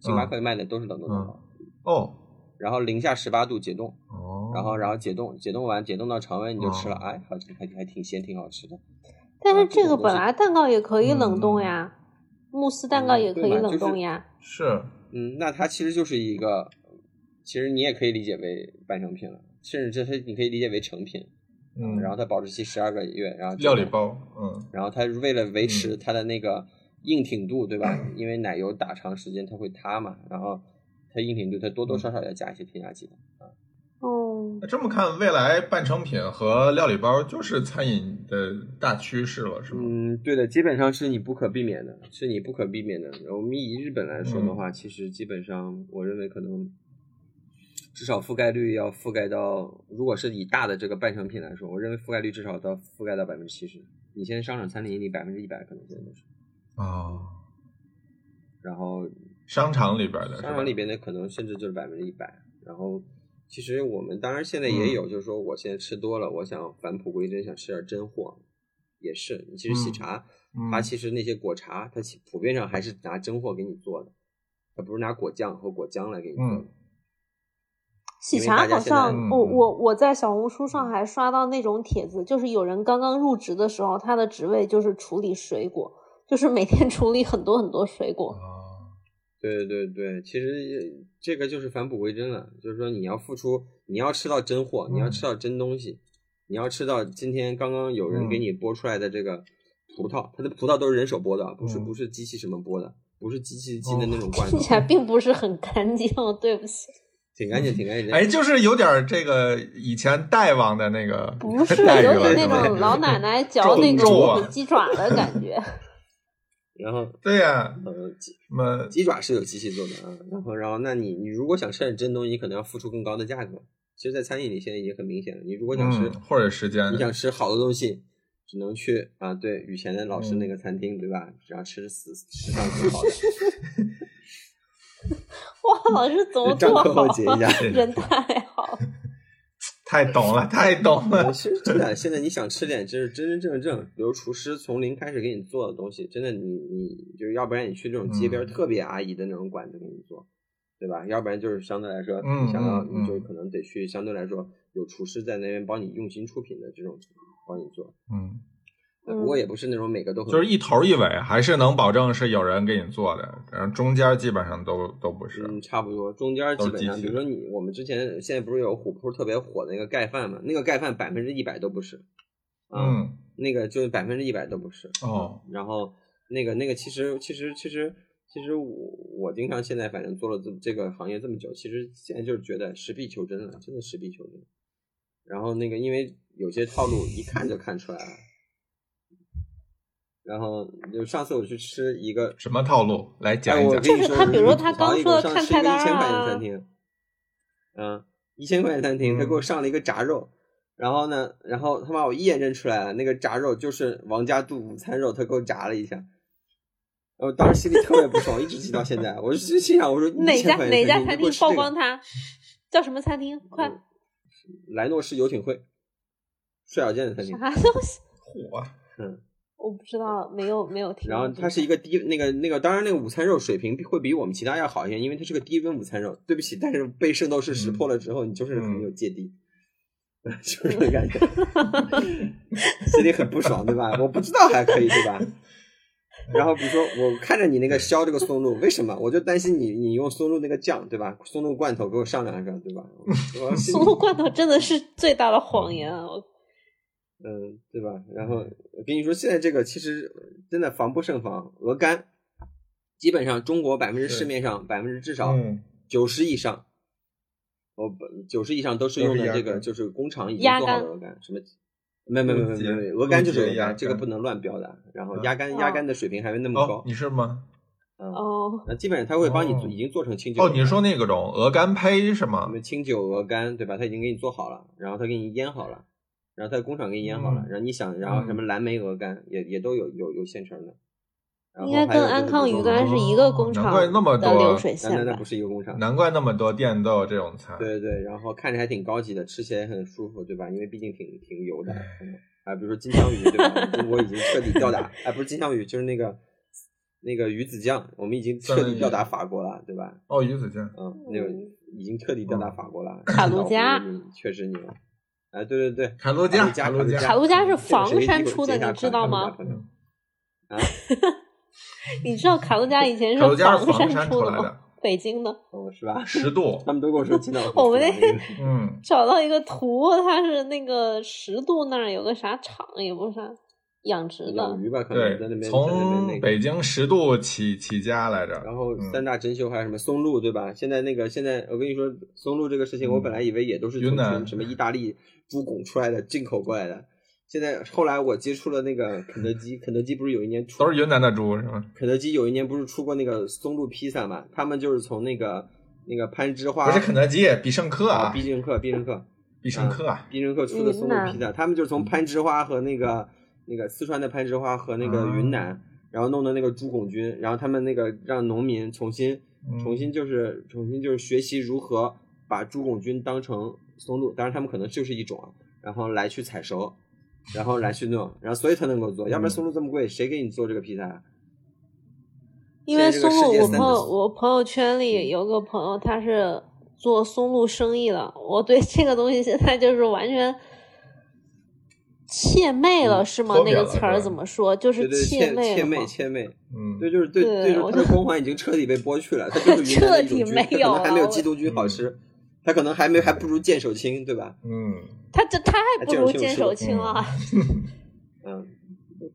Speaker 3: 星巴克卖的都是冷冻蛋糕，
Speaker 1: 哦
Speaker 3: 然后零下十八度解冻，
Speaker 1: 哦，
Speaker 3: 然后然后解冻，解冻完解冻到常温你就吃了，
Speaker 1: 哦
Speaker 3: 哎，好像还还挺鲜，挺好吃的。
Speaker 2: 但
Speaker 3: 啊
Speaker 2: 是
Speaker 3: 这
Speaker 2: 这
Speaker 3: 种
Speaker 2: 个
Speaker 3: 东
Speaker 2: 本
Speaker 3: 西
Speaker 2: 来蛋糕也可以冷冻
Speaker 1: 嗯
Speaker 2: 呀，慕斯蛋糕
Speaker 3: 嗯
Speaker 2: 也
Speaker 3: 对
Speaker 2: 可以
Speaker 3: 嘛就
Speaker 2: 冷
Speaker 3: 是
Speaker 2: 冻呀。
Speaker 1: 是
Speaker 3: 嗯，那它其实就是一个，其实你也可以理解为半成品了，甚至这是你可以理解为成品。
Speaker 1: 嗯，
Speaker 3: 然后它保质期十二个月，然后就
Speaker 1: 料理包，嗯
Speaker 3: 然后它为了维持它的那个硬挺度，对吧？因为奶油打长时间它会塌嘛，然后它硬挺度它多
Speaker 1: 嗯
Speaker 3: 多少少要加一些添加剂的。
Speaker 2: 哦
Speaker 1: 那，这么看，未来半成品和料理包就是餐饮的大趋势了，是吗？
Speaker 3: 嗯，对的，基本上是你不可避免的，是你不可避免的。我们以日本来说的话，其实基本上我认为可能至少覆盖率要覆盖到，如果是以大的这个半成品来说，我认为覆盖率至少到覆盖到百分之七十。你现在商场餐饮里百分之一百可能现在都是，嗯
Speaker 1: 哦，
Speaker 3: 然后
Speaker 1: 商场里边的是吧，
Speaker 3: 商场里边的可能甚至就是百分之一百。然后，其实我们当然现在也有，就是说我现在吃多了，我想返璞归真，想吃点真货，也是。你其实喜茶，
Speaker 1: 嗯
Speaker 3: 它其实那些果茶，它其普遍上还是拿真货给你做的，它不是拿果酱和果浆来给你做的。
Speaker 2: 喜
Speaker 3: 因为
Speaker 2: 茶
Speaker 3: 大家
Speaker 2: 好
Speaker 3: 现在嗯
Speaker 2: 像，
Speaker 1: 嗯
Speaker 2: 我
Speaker 1: 嗯
Speaker 2: 我我在小红书上还刷到那种帖子，就是有人刚刚入职的时候，他的职位就是处理水果，就是每天处理很多很多水
Speaker 3: 嗯
Speaker 2: 果。
Speaker 1: 哦
Speaker 3: 对对对，其实也这个就是返璞归真了，就是说你要付出，你要吃到真货，
Speaker 1: 嗯
Speaker 3: 你要吃到真东西，你要吃到今天刚刚有人给
Speaker 1: 嗯
Speaker 3: 你剥出来的这个葡萄，它的葡萄都是人手剥的啊，不是
Speaker 1: 嗯哦
Speaker 3: 不是机器什么剥的，不是机器进的那种罐头
Speaker 2: 听，
Speaker 3: 嗯
Speaker 2: 起来并不是很干净，对不
Speaker 3: [laughs]
Speaker 2: 起，
Speaker 3: 挺干净挺干
Speaker 1: [laughs]
Speaker 3: 净。
Speaker 1: 哎，就是有点这个以前大王的那个
Speaker 2: 不是
Speaker 1: 待遇
Speaker 2: 有
Speaker 1: 了，
Speaker 2: 点那
Speaker 1: 是吧
Speaker 2: 种老奶
Speaker 3: [laughs]
Speaker 2: 奶嚼
Speaker 1: 重
Speaker 2: 那个
Speaker 1: 重啊
Speaker 2: 母鸡爪的感觉。
Speaker 3: 然后
Speaker 1: 对呀，
Speaker 3: 呃，鸡
Speaker 1: 什么
Speaker 3: 鸡爪是有机器做的啊，然后然后那你你如果想吃点真东西，你可能要付出更高的价格。其实，在餐饮里现在已经很明显了，你如果想吃
Speaker 1: 嗯，或者时间
Speaker 3: 你，想吃好的东西，只能去啊，对，雨前的老师那个餐厅，对吧？只要吃死吃上最好的，
Speaker 2: 哇，老师怎么这
Speaker 3: 张
Speaker 2: 么
Speaker 3: 口
Speaker 2: 好
Speaker 3: 后？解一下。 [laughs]
Speaker 2: 人太好了，
Speaker 1: 太懂了，太懂了
Speaker 3: 呃，是真的，现在你想吃点就是真真正正，比如厨师从零开始给你做的东西，真的你你就是要不然你去这种街边
Speaker 1: 嗯
Speaker 3: 特别阿姨的那种馆子给你做，对吧？要不然就是相对来说，
Speaker 1: 嗯
Speaker 3: 你想要
Speaker 1: 嗯
Speaker 3: 你就
Speaker 1: 嗯
Speaker 3: 可能得去相对来说有厨师在那边帮你用心出品的这种帮你做，
Speaker 1: 嗯，
Speaker 3: 不过也不是那种每个都很
Speaker 1: 就是一头一尾，还是能保证是有人给你做的，然后中间基本上都都不是，
Speaker 3: 嗯，差不多，中间基本
Speaker 1: 都
Speaker 3: 上，
Speaker 1: 是
Speaker 3: 比
Speaker 1: 机器
Speaker 3: 如说你，我们之前现在不是有虎扑特别火的那个盖饭嘛？那个盖饭百分之一百都不是，啊，
Speaker 1: 嗯，
Speaker 3: 那个就是百分之一百都不是。嗯
Speaker 1: 哦，
Speaker 3: 然后那个那个其实其实其实其实我我经常现在反正做了这这个行业这么久，其实现在就是觉得实必求真了，真的实必求真。然后那个因为有些套路一看就看出来了。然后就上次我去吃一个
Speaker 1: 什么套路？来讲
Speaker 3: 哎
Speaker 1: 一
Speaker 3: 我
Speaker 1: 讲，
Speaker 3: 跟你
Speaker 2: 就是他比如
Speaker 3: 我
Speaker 2: 说他
Speaker 3: 吐槽
Speaker 2: 刚
Speaker 3: 一个
Speaker 2: 说
Speaker 3: 上
Speaker 2: 看
Speaker 3: 吃一
Speaker 2: 菜
Speaker 3: 个
Speaker 2: 单
Speaker 3: 一千块钱的
Speaker 2: 啊
Speaker 3: 餐厅，嗯，一千块钱餐厅，他
Speaker 1: 嗯
Speaker 3: 给我上了一个炸肉，然后呢，然后他把我一眼认出来了，那个炸肉就是王家渡午餐肉，他给我炸了一下。我当时心里特别不爽，我一直记到现在。我就心想，我说
Speaker 2: 哪家哪家餐
Speaker 3: 餐
Speaker 2: 厅曝光
Speaker 3: 他？ [laughs]
Speaker 2: 他？叫什么餐厅？快，
Speaker 3: 嗯莱诺士游艇会，帅小贱的餐厅。
Speaker 2: 啥东西？
Speaker 1: 火，
Speaker 2: [laughs]
Speaker 1: 啊
Speaker 2: 我不知道，没有没有听过这个。
Speaker 3: 然后它是一个低那个那个，当然那个午餐肉水平会比我们其他要好一些，因为它是个低温午餐肉。对不起，但是被圣斗士识破了之后，你就是很有芥蒂， [laughs] 就是这个感觉，心里很不爽，对吧？我不知道还可以，对吧？然后比如说我看着你那个削这个松露，为什么？我就担心你你用松露那个酱，对吧？松露罐头给我上两个，对吧？
Speaker 2: [laughs]
Speaker 3: 我心里
Speaker 2: 松露罐头真的是最大的谎言啊！我
Speaker 3: 嗯，对吧？然后我跟你说，现在这个其实真的防不胜防，鹅肝基本上中国百分之
Speaker 1: 是
Speaker 3: 市面上百分之至少
Speaker 1: 嗯，
Speaker 3: 九十以上，哦我九十以上都是
Speaker 1: 都是
Speaker 3: 用的
Speaker 1: 鸭
Speaker 3: 这个
Speaker 1: 肝
Speaker 3: 就是工厂已经
Speaker 2: 鸭
Speaker 3: 做好的
Speaker 2: 肝
Speaker 3: 鹅肝，什么没没没没
Speaker 1: 节
Speaker 3: 没没，鹅肝就是
Speaker 1: 节
Speaker 3: 鹅
Speaker 1: 鸭
Speaker 3: 肝，这个
Speaker 1: 肝
Speaker 3: 不能乱标的。然后
Speaker 1: 嗯
Speaker 3: 鸭肝鸭肝的水平还没那么
Speaker 1: 哦
Speaker 3: 高，
Speaker 1: 你，是吗？
Speaker 3: 嗯，
Speaker 4: 哦，
Speaker 3: 那基本上它会帮你
Speaker 1: 哦
Speaker 3: 做已经做成清酒
Speaker 1: 哦，
Speaker 3: 鹅
Speaker 1: 你说
Speaker 3: 肝
Speaker 1: 那个种鹅肝胚是
Speaker 3: 什
Speaker 1: 吗
Speaker 3: 么？清酒鹅肝对吧？它已经给你做好了，然后它给你腌好了，然后它工厂给你腌好了，
Speaker 1: 嗯
Speaker 3: 然后你想，然后什
Speaker 1: 嗯
Speaker 3: 么蓝莓鹅肝也也都有有有现成的。然后
Speaker 2: 应该
Speaker 3: 还有
Speaker 2: 跟
Speaker 3: 就是
Speaker 2: 安
Speaker 3: 这嗯
Speaker 2: 康
Speaker 3: 种
Speaker 2: 鱼肝是一个工
Speaker 1: 哦
Speaker 2: 厂
Speaker 1: 难怪那么
Speaker 2: 的
Speaker 1: 多
Speaker 2: 流水
Speaker 3: 那那
Speaker 2: 线
Speaker 3: 那
Speaker 2: 吧
Speaker 3: 不？是一个工厂，
Speaker 1: 难怪那么多店都有这种菜。
Speaker 3: 对对，然后看着还挺高级的，吃起来也很舒服，对吧？因为毕竟挺挺油的，嗯啊，比如说金枪鱼，对吧？中国已经彻底吊打，哎，不是金枪鱼，就是那个那个鱼子酱，我们已经彻
Speaker 1: 三文
Speaker 3: 底
Speaker 1: 鱼
Speaker 3: 吊打法国了，对吧？
Speaker 1: 哦，鱼子酱，
Speaker 3: 嗯，那个
Speaker 4: 嗯
Speaker 3: 已经彻底吊打法国了。
Speaker 2: 卡
Speaker 3: 老
Speaker 2: 路
Speaker 3: 胡
Speaker 2: 加
Speaker 3: 你确实牛，哎，对对对，
Speaker 1: 卡路
Speaker 3: 卡
Speaker 1: 加，
Speaker 3: 路加
Speaker 1: 路
Speaker 2: 卡路加是房
Speaker 3: 这个谁
Speaker 2: 山
Speaker 3: 一会儿
Speaker 2: 出的
Speaker 3: 接下
Speaker 2: 你知道吗
Speaker 3: 朋友
Speaker 1: 嗯
Speaker 3: 啊，
Speaker 2: 你知道卡路加以前
Speaker 1: 卡路加是
Speaker 2: 房
Speaker 1: 房
Speaker 2: 山
Speaker 1: 山
Speaker 2: 出
Speaker 1: 出
Speaker 2: 的
Speaker 1: 来
Speaker 2: 吗？
Speaker 1: 的，
Speaker 2: 北京的，
Speaker 3: 哦，是
Speaker 1: [laughs]
Speaker 3: 吧？
Speaker 1: 十度
Speaker 3: 他，们都跟我说金老
Speaker 2: [laughs] 我们那
Speaker 3: 天
Speaker 1: 嗯，
Speaker 2: 找到一个图，它是那个十渡那儿有个啥厂，也不是啥养殖的
Speaker 3: 养，鱼吧，可能在那边
Speaker 1: 对，
Speaker 3: 在那边那
Speaker 1: 从
Speaker 3: 个
Speaker 1: 北京十度起起家来着，
Speaker 3: 然后
Speaker 1: 嗯
Speaker 3: 三大珍馐还有什么松露，对吧？现在那个现在我跟你说，松露这个事情，
Speaker 1: 嗯
Speaker 3: 我本来以为也都是从
Speaker 1: 云南
Speaker 3: 什么什么意大利猪拱出来的，进口过来的。现在后来我接触了那个肯德基，肯德基不是有一年出
Speaker 1: 都是云南的猪是吗？
Speaker 3: 肯德基有一年不是出过那个松露披萨嘛？他们就是从那个那个攀枝花
Speaker 1: 不是肯德基，必胜客
Speaker 3: 啊，
Speaker 1: 啊，
Speaker 3: 必胜客必胜客
Speaker 1: 必胜客啊，
Speaker 3: 必胜客
Speaker 2: 嗯
Speaker 3: 出的松露披萨，他们就
Speaker 1: 嗯
Speaker 3: 是从攀枝花和那个那个四川的攀枝花和那个
Speaker 1: 啊
Speaker 3: 云南，然后弄的那个猪拱菌，然后他们那个让农民重新
Speaker 1: 嗯
Speaker 3: 重新就是重新就是学习如何把猪拱菌当成松露，当然他们可能就是一种啊，然后来去采收，然后来去弄，然后所以才能够做，要不然
Speaker 1: 嗯
Speaker 3: 松露这么贵，谁给你做这个披萨啊？
Speaker 2: 因为
Speaker 3: 现在这
Speaker 2: 松
Speaker 3: 个嗯世界
Speaker 2: 露，我
Speaker 3: 三
Speaker 2: 朋友
Speaker 3: 大
Speaker 2: 我朋友圈里有个朋友，他是做松露生意的，我对这个东西现在就是完全。切妹
Speaker 3: 嗯
Speaker 2: 了是吗
Speaker 1: 脱？
Speaker 2: 那
Speaker 1: 敏
Speaker 2: 个
Speaker 1: 了
Speaker 2: 词
Speaker 1: 是
Speaker 2: 儿
Speaker 1: 吧
Speaker 2: 怎么说？就是
Speaker 3: 对对，
Speaker 2: 切
Speaker 3: 切
Speaker 2: 妹
Speaker 3: 切
Speaker 2: 了吗
Speaker 3: 妹切妹，
Speaker 1: 嗯，
Speaker 3: 对，就是对
Speaker 2: 对
Speaker 3: 对，就
Speaker 2: 我
Speaker 3: 是它的
Speaker 2: 就
Speaker 3: 光环已经彻底被剥去了，它就是云南的一种
Speaker 2: 彻底
Speaker 3: 菌，
Speaker 2: 没
Speaker 3: 它可
Speaker 2: 有
Speaker 3: 能还没有
Speaker 2: 了
Speaker 3: 鸡
Speaker 2: 我
Speaker 3: 头菌好吃，它可能还没还不如剑手青，对吧？
Speaker 1: 嗯，
Speaker 2: 他这他还
Speaker 3: 哎
Speaker 2: 不
Speaker 3: 这种
Speaker 2: 如
Speaker 3: 是有
Speaker 2: 坚
Speaker 3: 吃过
Speaker 2: 守清
Speaker 3: [laughs]
Speaker 2: 啊！
Speaker 3: 嗯，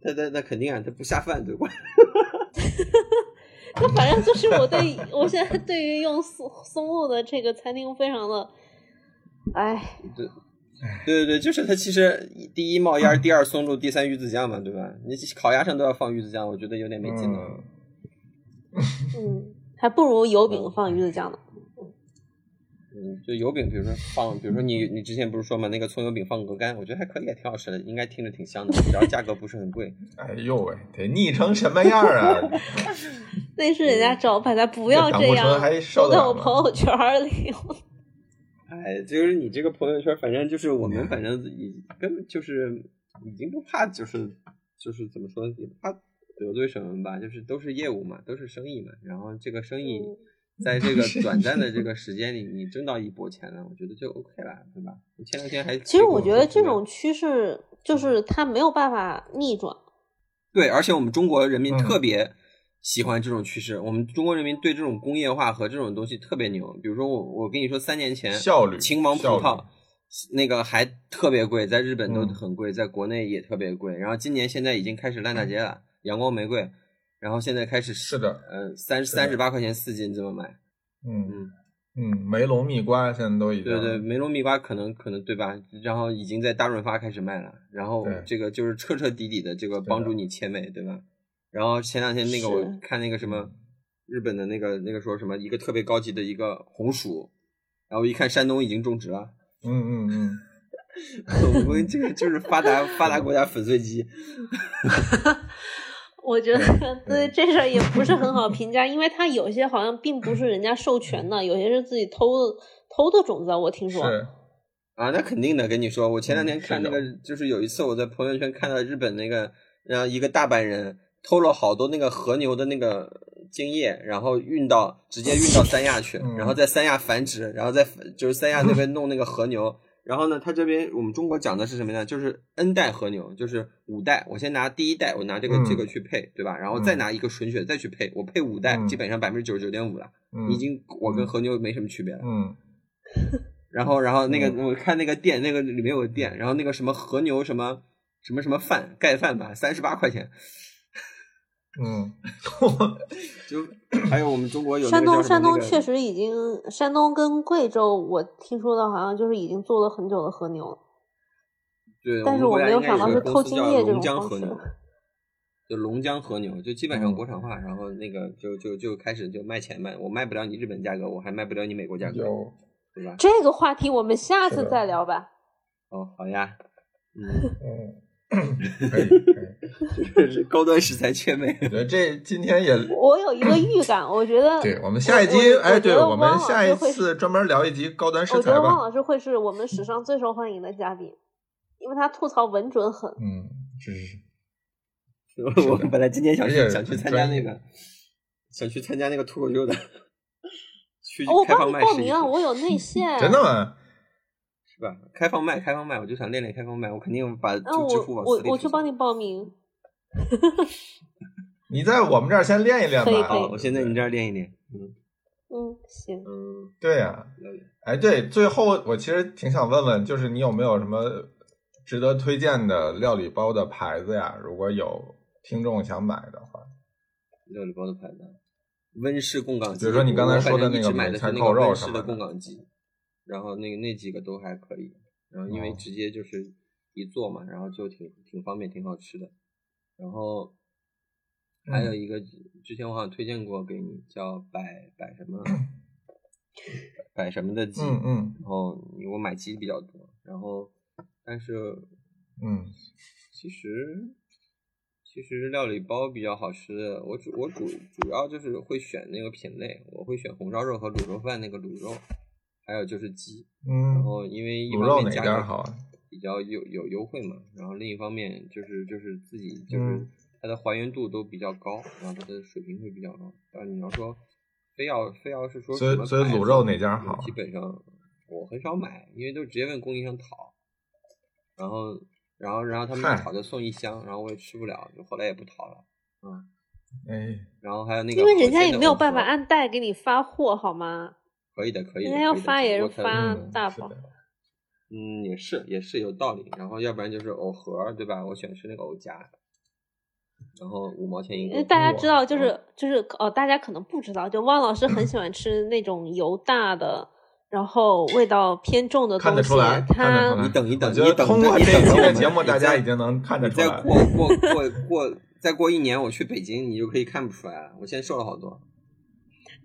Speaker 3: 它它那肯定啊，它不下饭对吧？
Speaker 2: 那反正就是我对我现在对于用松松露的这个餐厅非常的，哎，
Speaker 3: [laughs] 对对对，就是它其实第一冒烟，第二松露，第三鱼子酱嘛，对吧？你烤鸭上都要放鱼子酱，我觉得有点没劲了。
Speaker 1: 嗯
Speaker 2: 嗯，还不如油饼放鱼子酱呢。
Speaker 3: 嗯，就油饼，比如说放，比如说你你之前不是说嘛，那个葱油饼放鹅肝，我觉得还可以，挺好吃的，应该听着挺香的，只要价格不是很贵。
Speaker 1: 哎呦喂，得腻成什么样啊？
Speaker 2: 那是人
Speaker 3: 嗯
Speaker 2: 家招牌，咱 [laughs] 不要
Speaker 1: 这
Speaker 2: 这
Speaker 1: 胆固醇
Speaker 2: 样
Speaker 1: 还受
Speaker 2: 都
Speaker 1: 得
Speaker 2: 在
Speaker 3: 啊
Speaker 1: 了
Speaker 2: 我
Speaker 1: 吗
Speaker 2: 朋
Speaker 3: [laughs]
Speaker 2: 友圈里。我
Speaker 3: 哎，就是你这个朋友圈，反正就是我们，反正已根本就是已经不怕，就是就是怎么说，也不怕得罪什么吧，就是都是业务嘛，都是生意嘛。然后这个生意
Speaker 2: 嗯，
Speaker 3: 在
Speaker 2: [laughs]
Speaker 3: 这个短暂的这个时间里，你挣到一波钱了，我觉得就 OK 了，对吧？我前两天还
Speaker 2: 其实
Speaker 3: 给
Speaker 2: 我
Speaker 3: 们
Speaker 2: 觉得
Speaker 3: 公司
Speaker 2: 这
Speaker 3: 的
Speaker 2: 种趋势就是它没有办法逆转。
Speaker 3: 对，而且我们中国人民
Speaker 1: 嗯
Speaker 3: 特别喜欢这种趋势，我们中国人民对这种工业化和这种东西特别牛。比如说我，我跟你说，三年前
Speaker 1: 效率
Speaker 3: 秦王葡
Speaker 1: 效
Speaker 3: 萄
Speaker 1: 率
Speaker 3: 那个还特别贵，在日本都
Speaker 1: 嗯
Speaker 3: 很贵，在国内也特别贵。然后今年现在已经开始烂大街了，阳光玫瑰，然后现在开
Speaker 1: 嗯
Speaker 3: 始
Speaker 1: 是的，
Speaker 3: 呃，三
Speaker 1: 的
Speaker 3: 三十八块钱四斤这么买，
Speaker 1: 嗯
Speaker 3: 嗯。
Speaker 1: 嗯，梅龙蜜瓜现在都已经
Speaker 3: 对对，梅龙蜜瓜可能可能对吧？然后已经在大润发开始卖了，然后
Speaker 1: 对
Speaker 3: 这个就是彻彻底底的这个
Speaker 1: 的
Speaker 3: 帮助你切美，对吧？然后前两天那
Speaker 2: 是
Speaker 3: 个我看那个什
Speaker 1: 嗯
Speaker 3: 么日本的那个那个说什么一个特别高级的一个红薯，然后一看山东已经种植了， [laughs]
Speaker 1: 嗯嗯嗯，
Speaker 3: 我们这个就是发达发达国家粉碎机，
Speaker 2: 我觉得对 [laughs] 嗯这事儿也不是 [laughs] 很好评价，因为它有些好像并不是人家授权的，有些是自己偷的偷的种子啊，我听说。
Speaker 1: 是，
Speaker 3: 啊，那肯定的，跟你说，我前两天
Speaker 1: 嗯是
Speaker 3: 看那
Speaker 1: 的
Speaker 3: 个，就是有一次我在朋友圈看到日本那个，然后一个大阪人偷了好多那个和牛的那个精液，然后运到直接运到三亚去，
Speaker 1: 嗯
Speaker 3: 然后在三亚繁殖，然后在就是三亚那边弄那个和牛，然后呢，他这边我们中国讲的是什么呢？就是 N 代和牛，就是五代，我先拿第一代，我拿这个、这
Speaker 1: 嗯
Speaker 3: 个去配，对吧？然后再
Speaker 1: 嗯
Speaker 3: 拿一个纯血再去配，我配五代，
Speaker 1: 嗯
Speaker 3: 基本上百分之九十九点五了，
Speaker 1: 嗯
Speaker 3: 已经我跟
Speaker 1: 嗯
Speaker 3: 和牛没什么区别了。
Speaker 1: 嗯
Speaker 3: 然后，然后那个、
Speaker 1: 嗯
Speaker 3: 我看那个店，那个里面有个店，然后那个什么和牛什么什么什么饭盖饭吧，三十八块钱。
Speaker 1: 嗯，
Speaker 3: 就还有我们中国有那
Speaker 2: 山
Speaker 3: 个叫
Speaker 2: 东，
Speaker 3: 什
Speaker 2: 山
Speaker 3: 么
Speaker 2: 东
Speaker 3: 那个
Speaker 2: 确实已经，山东跟贵州，我听说的好像就是已经做了很久的和牛了。
Speaker 3: 对，
Speaker 2: 但是
Speaker 3: 我
Speaker 2: 我
Speaker 3: 们
Speaker 2: 没有
Speaker 3: 国家应
Speaker 2: 想到
Speaker 3: 该
Speaker 2: 是
Speaker 3: 有个
Speaker 2: 偷
Speaker 3: 公司
Speaker 2: 精
Speaker 3: 叫
Speaker 2: 液这
Speaker 3: 龙
Speaker 2: 种
Speaker 3: 江
Speaker 2: 方
Speaker 3: 和
Speaker 2: 式
Speaker 3: 牛，就龙江和牛，就基本上
Speaker 1: 嗯
Speaker 3: 国产化，然后那个就就就开始就卖钱卖，我卖不了你日本价格，我还卖不了你美国价格，
Speaker 1: 有
Speaker 3: 对吧？
Speaker 2: 这个话题我们下
Speaker 1: 是
Speaker 2: 次
Speaker 1: 的
Speaker 2: 再聊吧。
Speaker 3: 哦，好呀，嗯， [laughs]
Speaker 1: 嗯，可以。可以
Speaker 3: 就是高端食材缺美，
Speaker 1: 我觉得这今天也
Speaker 2: 我有一个预感，我觉得
Speaker 1: 对我们下一
Speaker 2: 呃我
Speaker 1: 集，
Speaker 2: 我
Speaker 1: 哎，
Speaker 2: 我觉
Speaker 1: 对
Speaker 2: 得
Speaker 1: 我们
Speaker 2: 汪老
Speaker 1: 下一
Speaker 2: 师会
Speaker 1: 次专门聊一集高端食
Speaker 2: 我觉
Speaker 1: 材
Speaker 2: 得
Speaker 1: 吧。
Speaker 2: 汪
Speaker 1: 嗯
Speaker 2: 老师啊会是我们史上最受欢迎的嘉宾，因为他吐槽稳准狠。
Speaker 1: 嗯，是是是，
Speaker 3: [laughs] 我本来今天想
Speaker 1: 而且
Speaker 3: 去想去
Speaker 1: 很
Speaker 3: 参加
Speaker 1: 专业
Speaker 3: 那个，想去参加那个脱口秀的，去
Speaker 2: 我
Speaker 3: 开
Speaker 2: 帮
Speaker 3: 放
Speaker 2: 你
Speaker 3: 麦
Speaker 2: 报
Speaker 3: 试一
Speaker 2: 名啊，
Speaker 3: 试
Speaker 1: [laughs]
Speaker 2: 我有内线。
Speaker 1: 真的吗？
Speaker 3: 是吧？开放麦，开放麦，我就想练练开放麦，我肯定把
Speaker 2: 嗯，
Speaker 3: 就支
Speaker 2: 我
Speaker 3: 付宝
Speaker 2: 我
Speaker 3: 私立
Speaker 2: 我去
Speaker 3: 推送
Speaker 2: 帮你报名。
Speaker 1: 你在我们这儿先练一练吧。
Speaker 2: 可以可以
Speaker 3: 好，我先在你这儿练一练，嗯
Speaker 2: 嗯，行。
Speaker 3: 嗯，
Speaker 1: 对呀、
Speaker 3: 了解
Speaker 1: 哎，对，最后我其实挺想问问，就是你有没有什么值得推荐的料理包的牌子呀？如果有听众想买的话，
Speaker 3: 料理包的牌子，温室供港鸡，
Speaker 1: 比如说你刚才说的
Speaker 3: 我反正
Speaker 1: 那个
Speaker 3: 一直买的是
Speaker 1: 美
Speaker 3: 那
Speaker 1: 菜扣
Speaker 3: 个
Speaker 1: 肉
Speaker 3: 温
Speaker 1: 什
Speaker 3: 室
Speaker 1: 么的
Speaker 3: 的供港鸡，然后那个那几个都还可以，然后因为
Speaker 1: 哦
Speaker 3: 直接就是一做嘛，然后就挺挺方便，挺好吃的。然后还有一个，之前我好像推荐过给你，叫百百什么百什么的鸡，
Speaker 1: 嗯嗯
Speaker 3: 然后因为我买鸡比较多，然后但是
Speaker 1: 嗯，
Speaker 3: 其实其实料理包比较好吃的，我主我主主要就是会选那个品类，我会选红烧肉和卤肉饭那个卤肉，还有就是鸡，然
Speaker 1: 嗯，
Speaker 3: 后因为一
Speaker 1: 卤
Speaker 3: 方
Speaker 1: 肉
Speaker 3: 面
Speaker 1: 哪
Speaker 3: 价
Speaker 1: 家
Speaker 3: 格
Speaker 1: 好啊
Speaker 3: 比较有有优惠嘛，然后另一方面就是就是自己就是
Speaker 1: 嗯
Speaker 3: 它的还原度都比较高，然后它的水平会比较高。但你要说非要非要是说
Speaker 1: 所以
Speaker 3: 什么
Speaker 1: 所以
Speaker 3: 牌
Speaker 1: 卤
Speaker 3: 子
Speaker 1: 肉哪家好啊
Speaker 3: 基本上我很少买，因为都直接问供应商讨，然后然后然后他们
Speaker 1: 嗨
Speaker 3: 讨就送一箱，然后我也吃不了，就后来也不讨了。
Speaker 1: 哎，
Speaker 3: 然后还有那个
Speaker 2: 因为人
Speaker 3: 河
Speaker 2: 家
Speaker 3: 鲜
Speaker 2: 也
Speaker 3: 的
Speaker 2: 没有
Speaker 3: 藕
Speaker 2: 办
Speaker 3: 盒
Speaker 2: 法按袋给你发货，好吗？
Speaker 3: 可以的，可以
Speaker 2: 人
Speaker 3: 的，
Speaker 2: 家要
Speaker 3: 可以的
Speaker 2: 发
Speaker 3: 只
Speaker 2: 也
Speaker 3: 不
Speaker 2: 是
Speaker 3: 过它
Speaker 2: 发
Speaker 1: 嗯
Speaker 2: 大
Speaker 1: 是
Speaker 2: 包
Speaker 1: 的，
Speaker 3: 嗯，也是也是有道理。然后要不然就是藕盒儿，对吧？我选吃那个藕夹，然后五毛钱一
Speaker 2: 因为
Speaker 3: 个。
Speaker 2: 大家
Speaker 1: 我
Speaker 2: 知道，就是就是哦，大家可能不知道，就汪老师很喜欢吃那种油大的，然后味道偏重的
Speaker 1: 看得
Speaker 2: 东
Speaker 1: 出
Speaker 2: 西
Speaker 1: 来，。看得出来。
Speaker 2: 他
Speaker 3: 你等一等啊
Speaker 1: 我觉得
Speaker 3: 你等
Speaker 1: 通过
Speaker 3: 你
Speaker 1: 这
Speaker 3: 等
Speaker 1: 一期
Speaker 3: 我
Speaker 1: 的
Speaker 3: 们
Speaker 1: 节目，
Speaker 3: 你
Speaker 1: 大家
Speaker 3: 再
Speaker 1: 已经能看得
Speaker 3: 你
Speaker 1: 出
Speaker 3: 再
Speaker 1: 来。
Speaker 3: 过过过过，再过一年我去北京，你就可以看不出来了。我现在瘦了好多。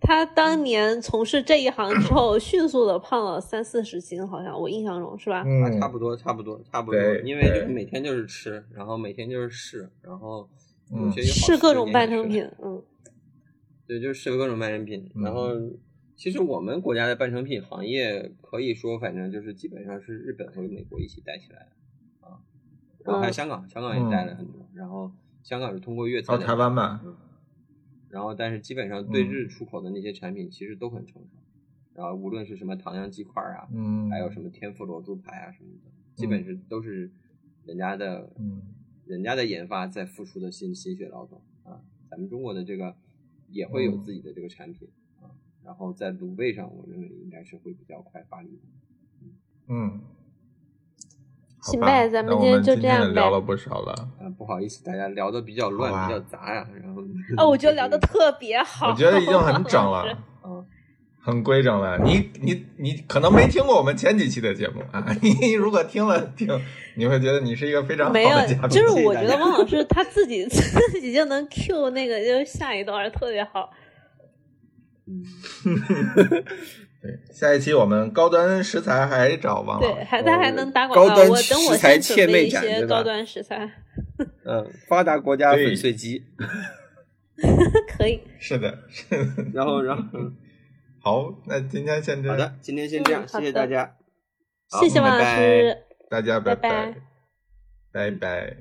Speaker 2: 他当年从事这一行之后，迅速的胖了三四十斤，好像我印象中是吧？
Speaker 3: 啊，差
Speaker 1: 嗯，
Speaker 3: 不多，差不多，差不多
Speaker 1: 对，
Speaker 3: 因为就是
Speaker 1: 对
Speaker 3: 每天就是吃，然后每天就是试，然后
Speaker 1: 嗯
Speaker 3: 有些有
Speaker 2: 是
Speaker 3: 好吃
Speaker 2: 各
Speaker 3: 的
Speaker 2: 种
Speaker 3: 也
Speaker 2: 半
Speaker 3: 吃
Speaker 2: 成
Speaker 3: 了
Speaker 2: 品，嗯，
Speaker 3: 对，就是适合各种半成品。
Speaker 1: 嗯
Speaker 3: 然后，其实我们国家的半成品行业，可以说反正就是基本上是日本和美国一起带起来的啊，然后还有
Speaker 2: 嗯
Speaker 3: 香港，香港也带了很多。然后香港是通过粤
Speaker 1: 到
Speaker 3: 菜
Speaker 1: 嗯
Speaker 3: 来
Speaker 1: 哦台湾吧，
Speaker 3: 嗯，然后但是基本上对
Speaker 1: 嗯
Speaker 3: 日出口的那些产品其实都很成熟，然后无论是什么唐扬鸡块儿啊，
Speaker 1: 嗯，
Speaker 3: 还有什么天妇罗猪排啊什么的，基本是都是人家的
Speaker 1: 嗯
Speaker 3: 人家的研发在付出的心心血劳动啊，咱们中国的这个也会有
Speaker 1: 嗯
Speaker 3: 自己的这个产品啊，然后在卤味上，我认为应该是会比较快发力的。
Speaker 1: 嗯，好
Speaker 2: 行
Speaker 1: 吧
Speaker 2: 呗咱
Speaker 1: 那
Speaker 2: 们
Speaker 1: 我
Speaker 2: 今天
Speaker 1: 们
Speaker 2: 就
Speaker 1: 今
Speaker 2: 这
Speaker 1: 天
Speaker 2: 样
Speaker 1: 也聊
Speaker 2: 呗
Speaker 1: 了不少了。
Speaker 3: 啊，不好意思，大家聊的比较乱，
Speaker 1: 好吧
Speaker 3: 比较杂呀、然后
Speaker 2: 哦，我觉得
Speaker 3: 就是
Speaker 2: 聊
Speaker 3: [laughs]
Speaker 2: 的特别好，
Speaker 1: 我觉得已经
Speaker 2: [laughs]
Speaker 1: 很整
Speaker 2: 汪老师
Speaker 1: 了，
Speaker 3: 啊，
Speaker 1: 很规整了。你你你可能没听过我们前几期的节目啊， [laughs] 你如果听了听，你会觉得你是一个非常好
Speaker 2: 没有
Speaker 1: 的嘉，宾。
Speaker 2: 就是
Speaker 3: 谢谢
Speaker 2: 我
Speaker 3: 大
Speaker 2: 觉得
Speaker 3: 家
Speaker 2: 汪老师他自己 [laughs] 自己就能 Q 那个，就是下一段特别好。
Speaker 3: 嗯，
Speaker 1: 对，下一期我们高端食材还找王老
Speaker 2: 对，
Speaker 1: 师。
Speaker 2: 还
Speaker 3: 呃
Speaker 2: 他还能打广
Speaker 3: 高
Speaker 2: 告，
Speaker 3: 端
Speaker 2: 我等我
Speaker 3: 食材
Speaker 2: 先
Speaker 3: 切
Speaker 2: 准
Speaker 3: 妹
Speaker 2: 备一
Speaker 3: 展
Speaker 2: 些
Speaker 3: 对吧
Speaker 2: 高端食材， [laughs]
Speaker 3: 嗯，发达国家
Speaker 1: 对
Speaker 3: 粉碎机，
Speaker 2: 可以。
Speaker 1: 是的，是的。
Speaker 3: 然后然后
Speaker 1: 好，那今天先这
Speaker 3: 好
Speaker 1: 样，
Speaker 3: 的，今天先这样，
Speaker 2: 嗯
Speaker 3: 谢
Speaker 2: 好
Speaker 3: 谢
Speaker 2: 的
Speaker 3: 大家，好
Speaker 2: 谢谢
Speaker 3: 拜
Speaker 2: 汪老
Speaker 3: 拜
Speaker 2: 师。
Speaker 1: 大家
Speaker 2: 拜
Speaker 1: 拜，拜拜。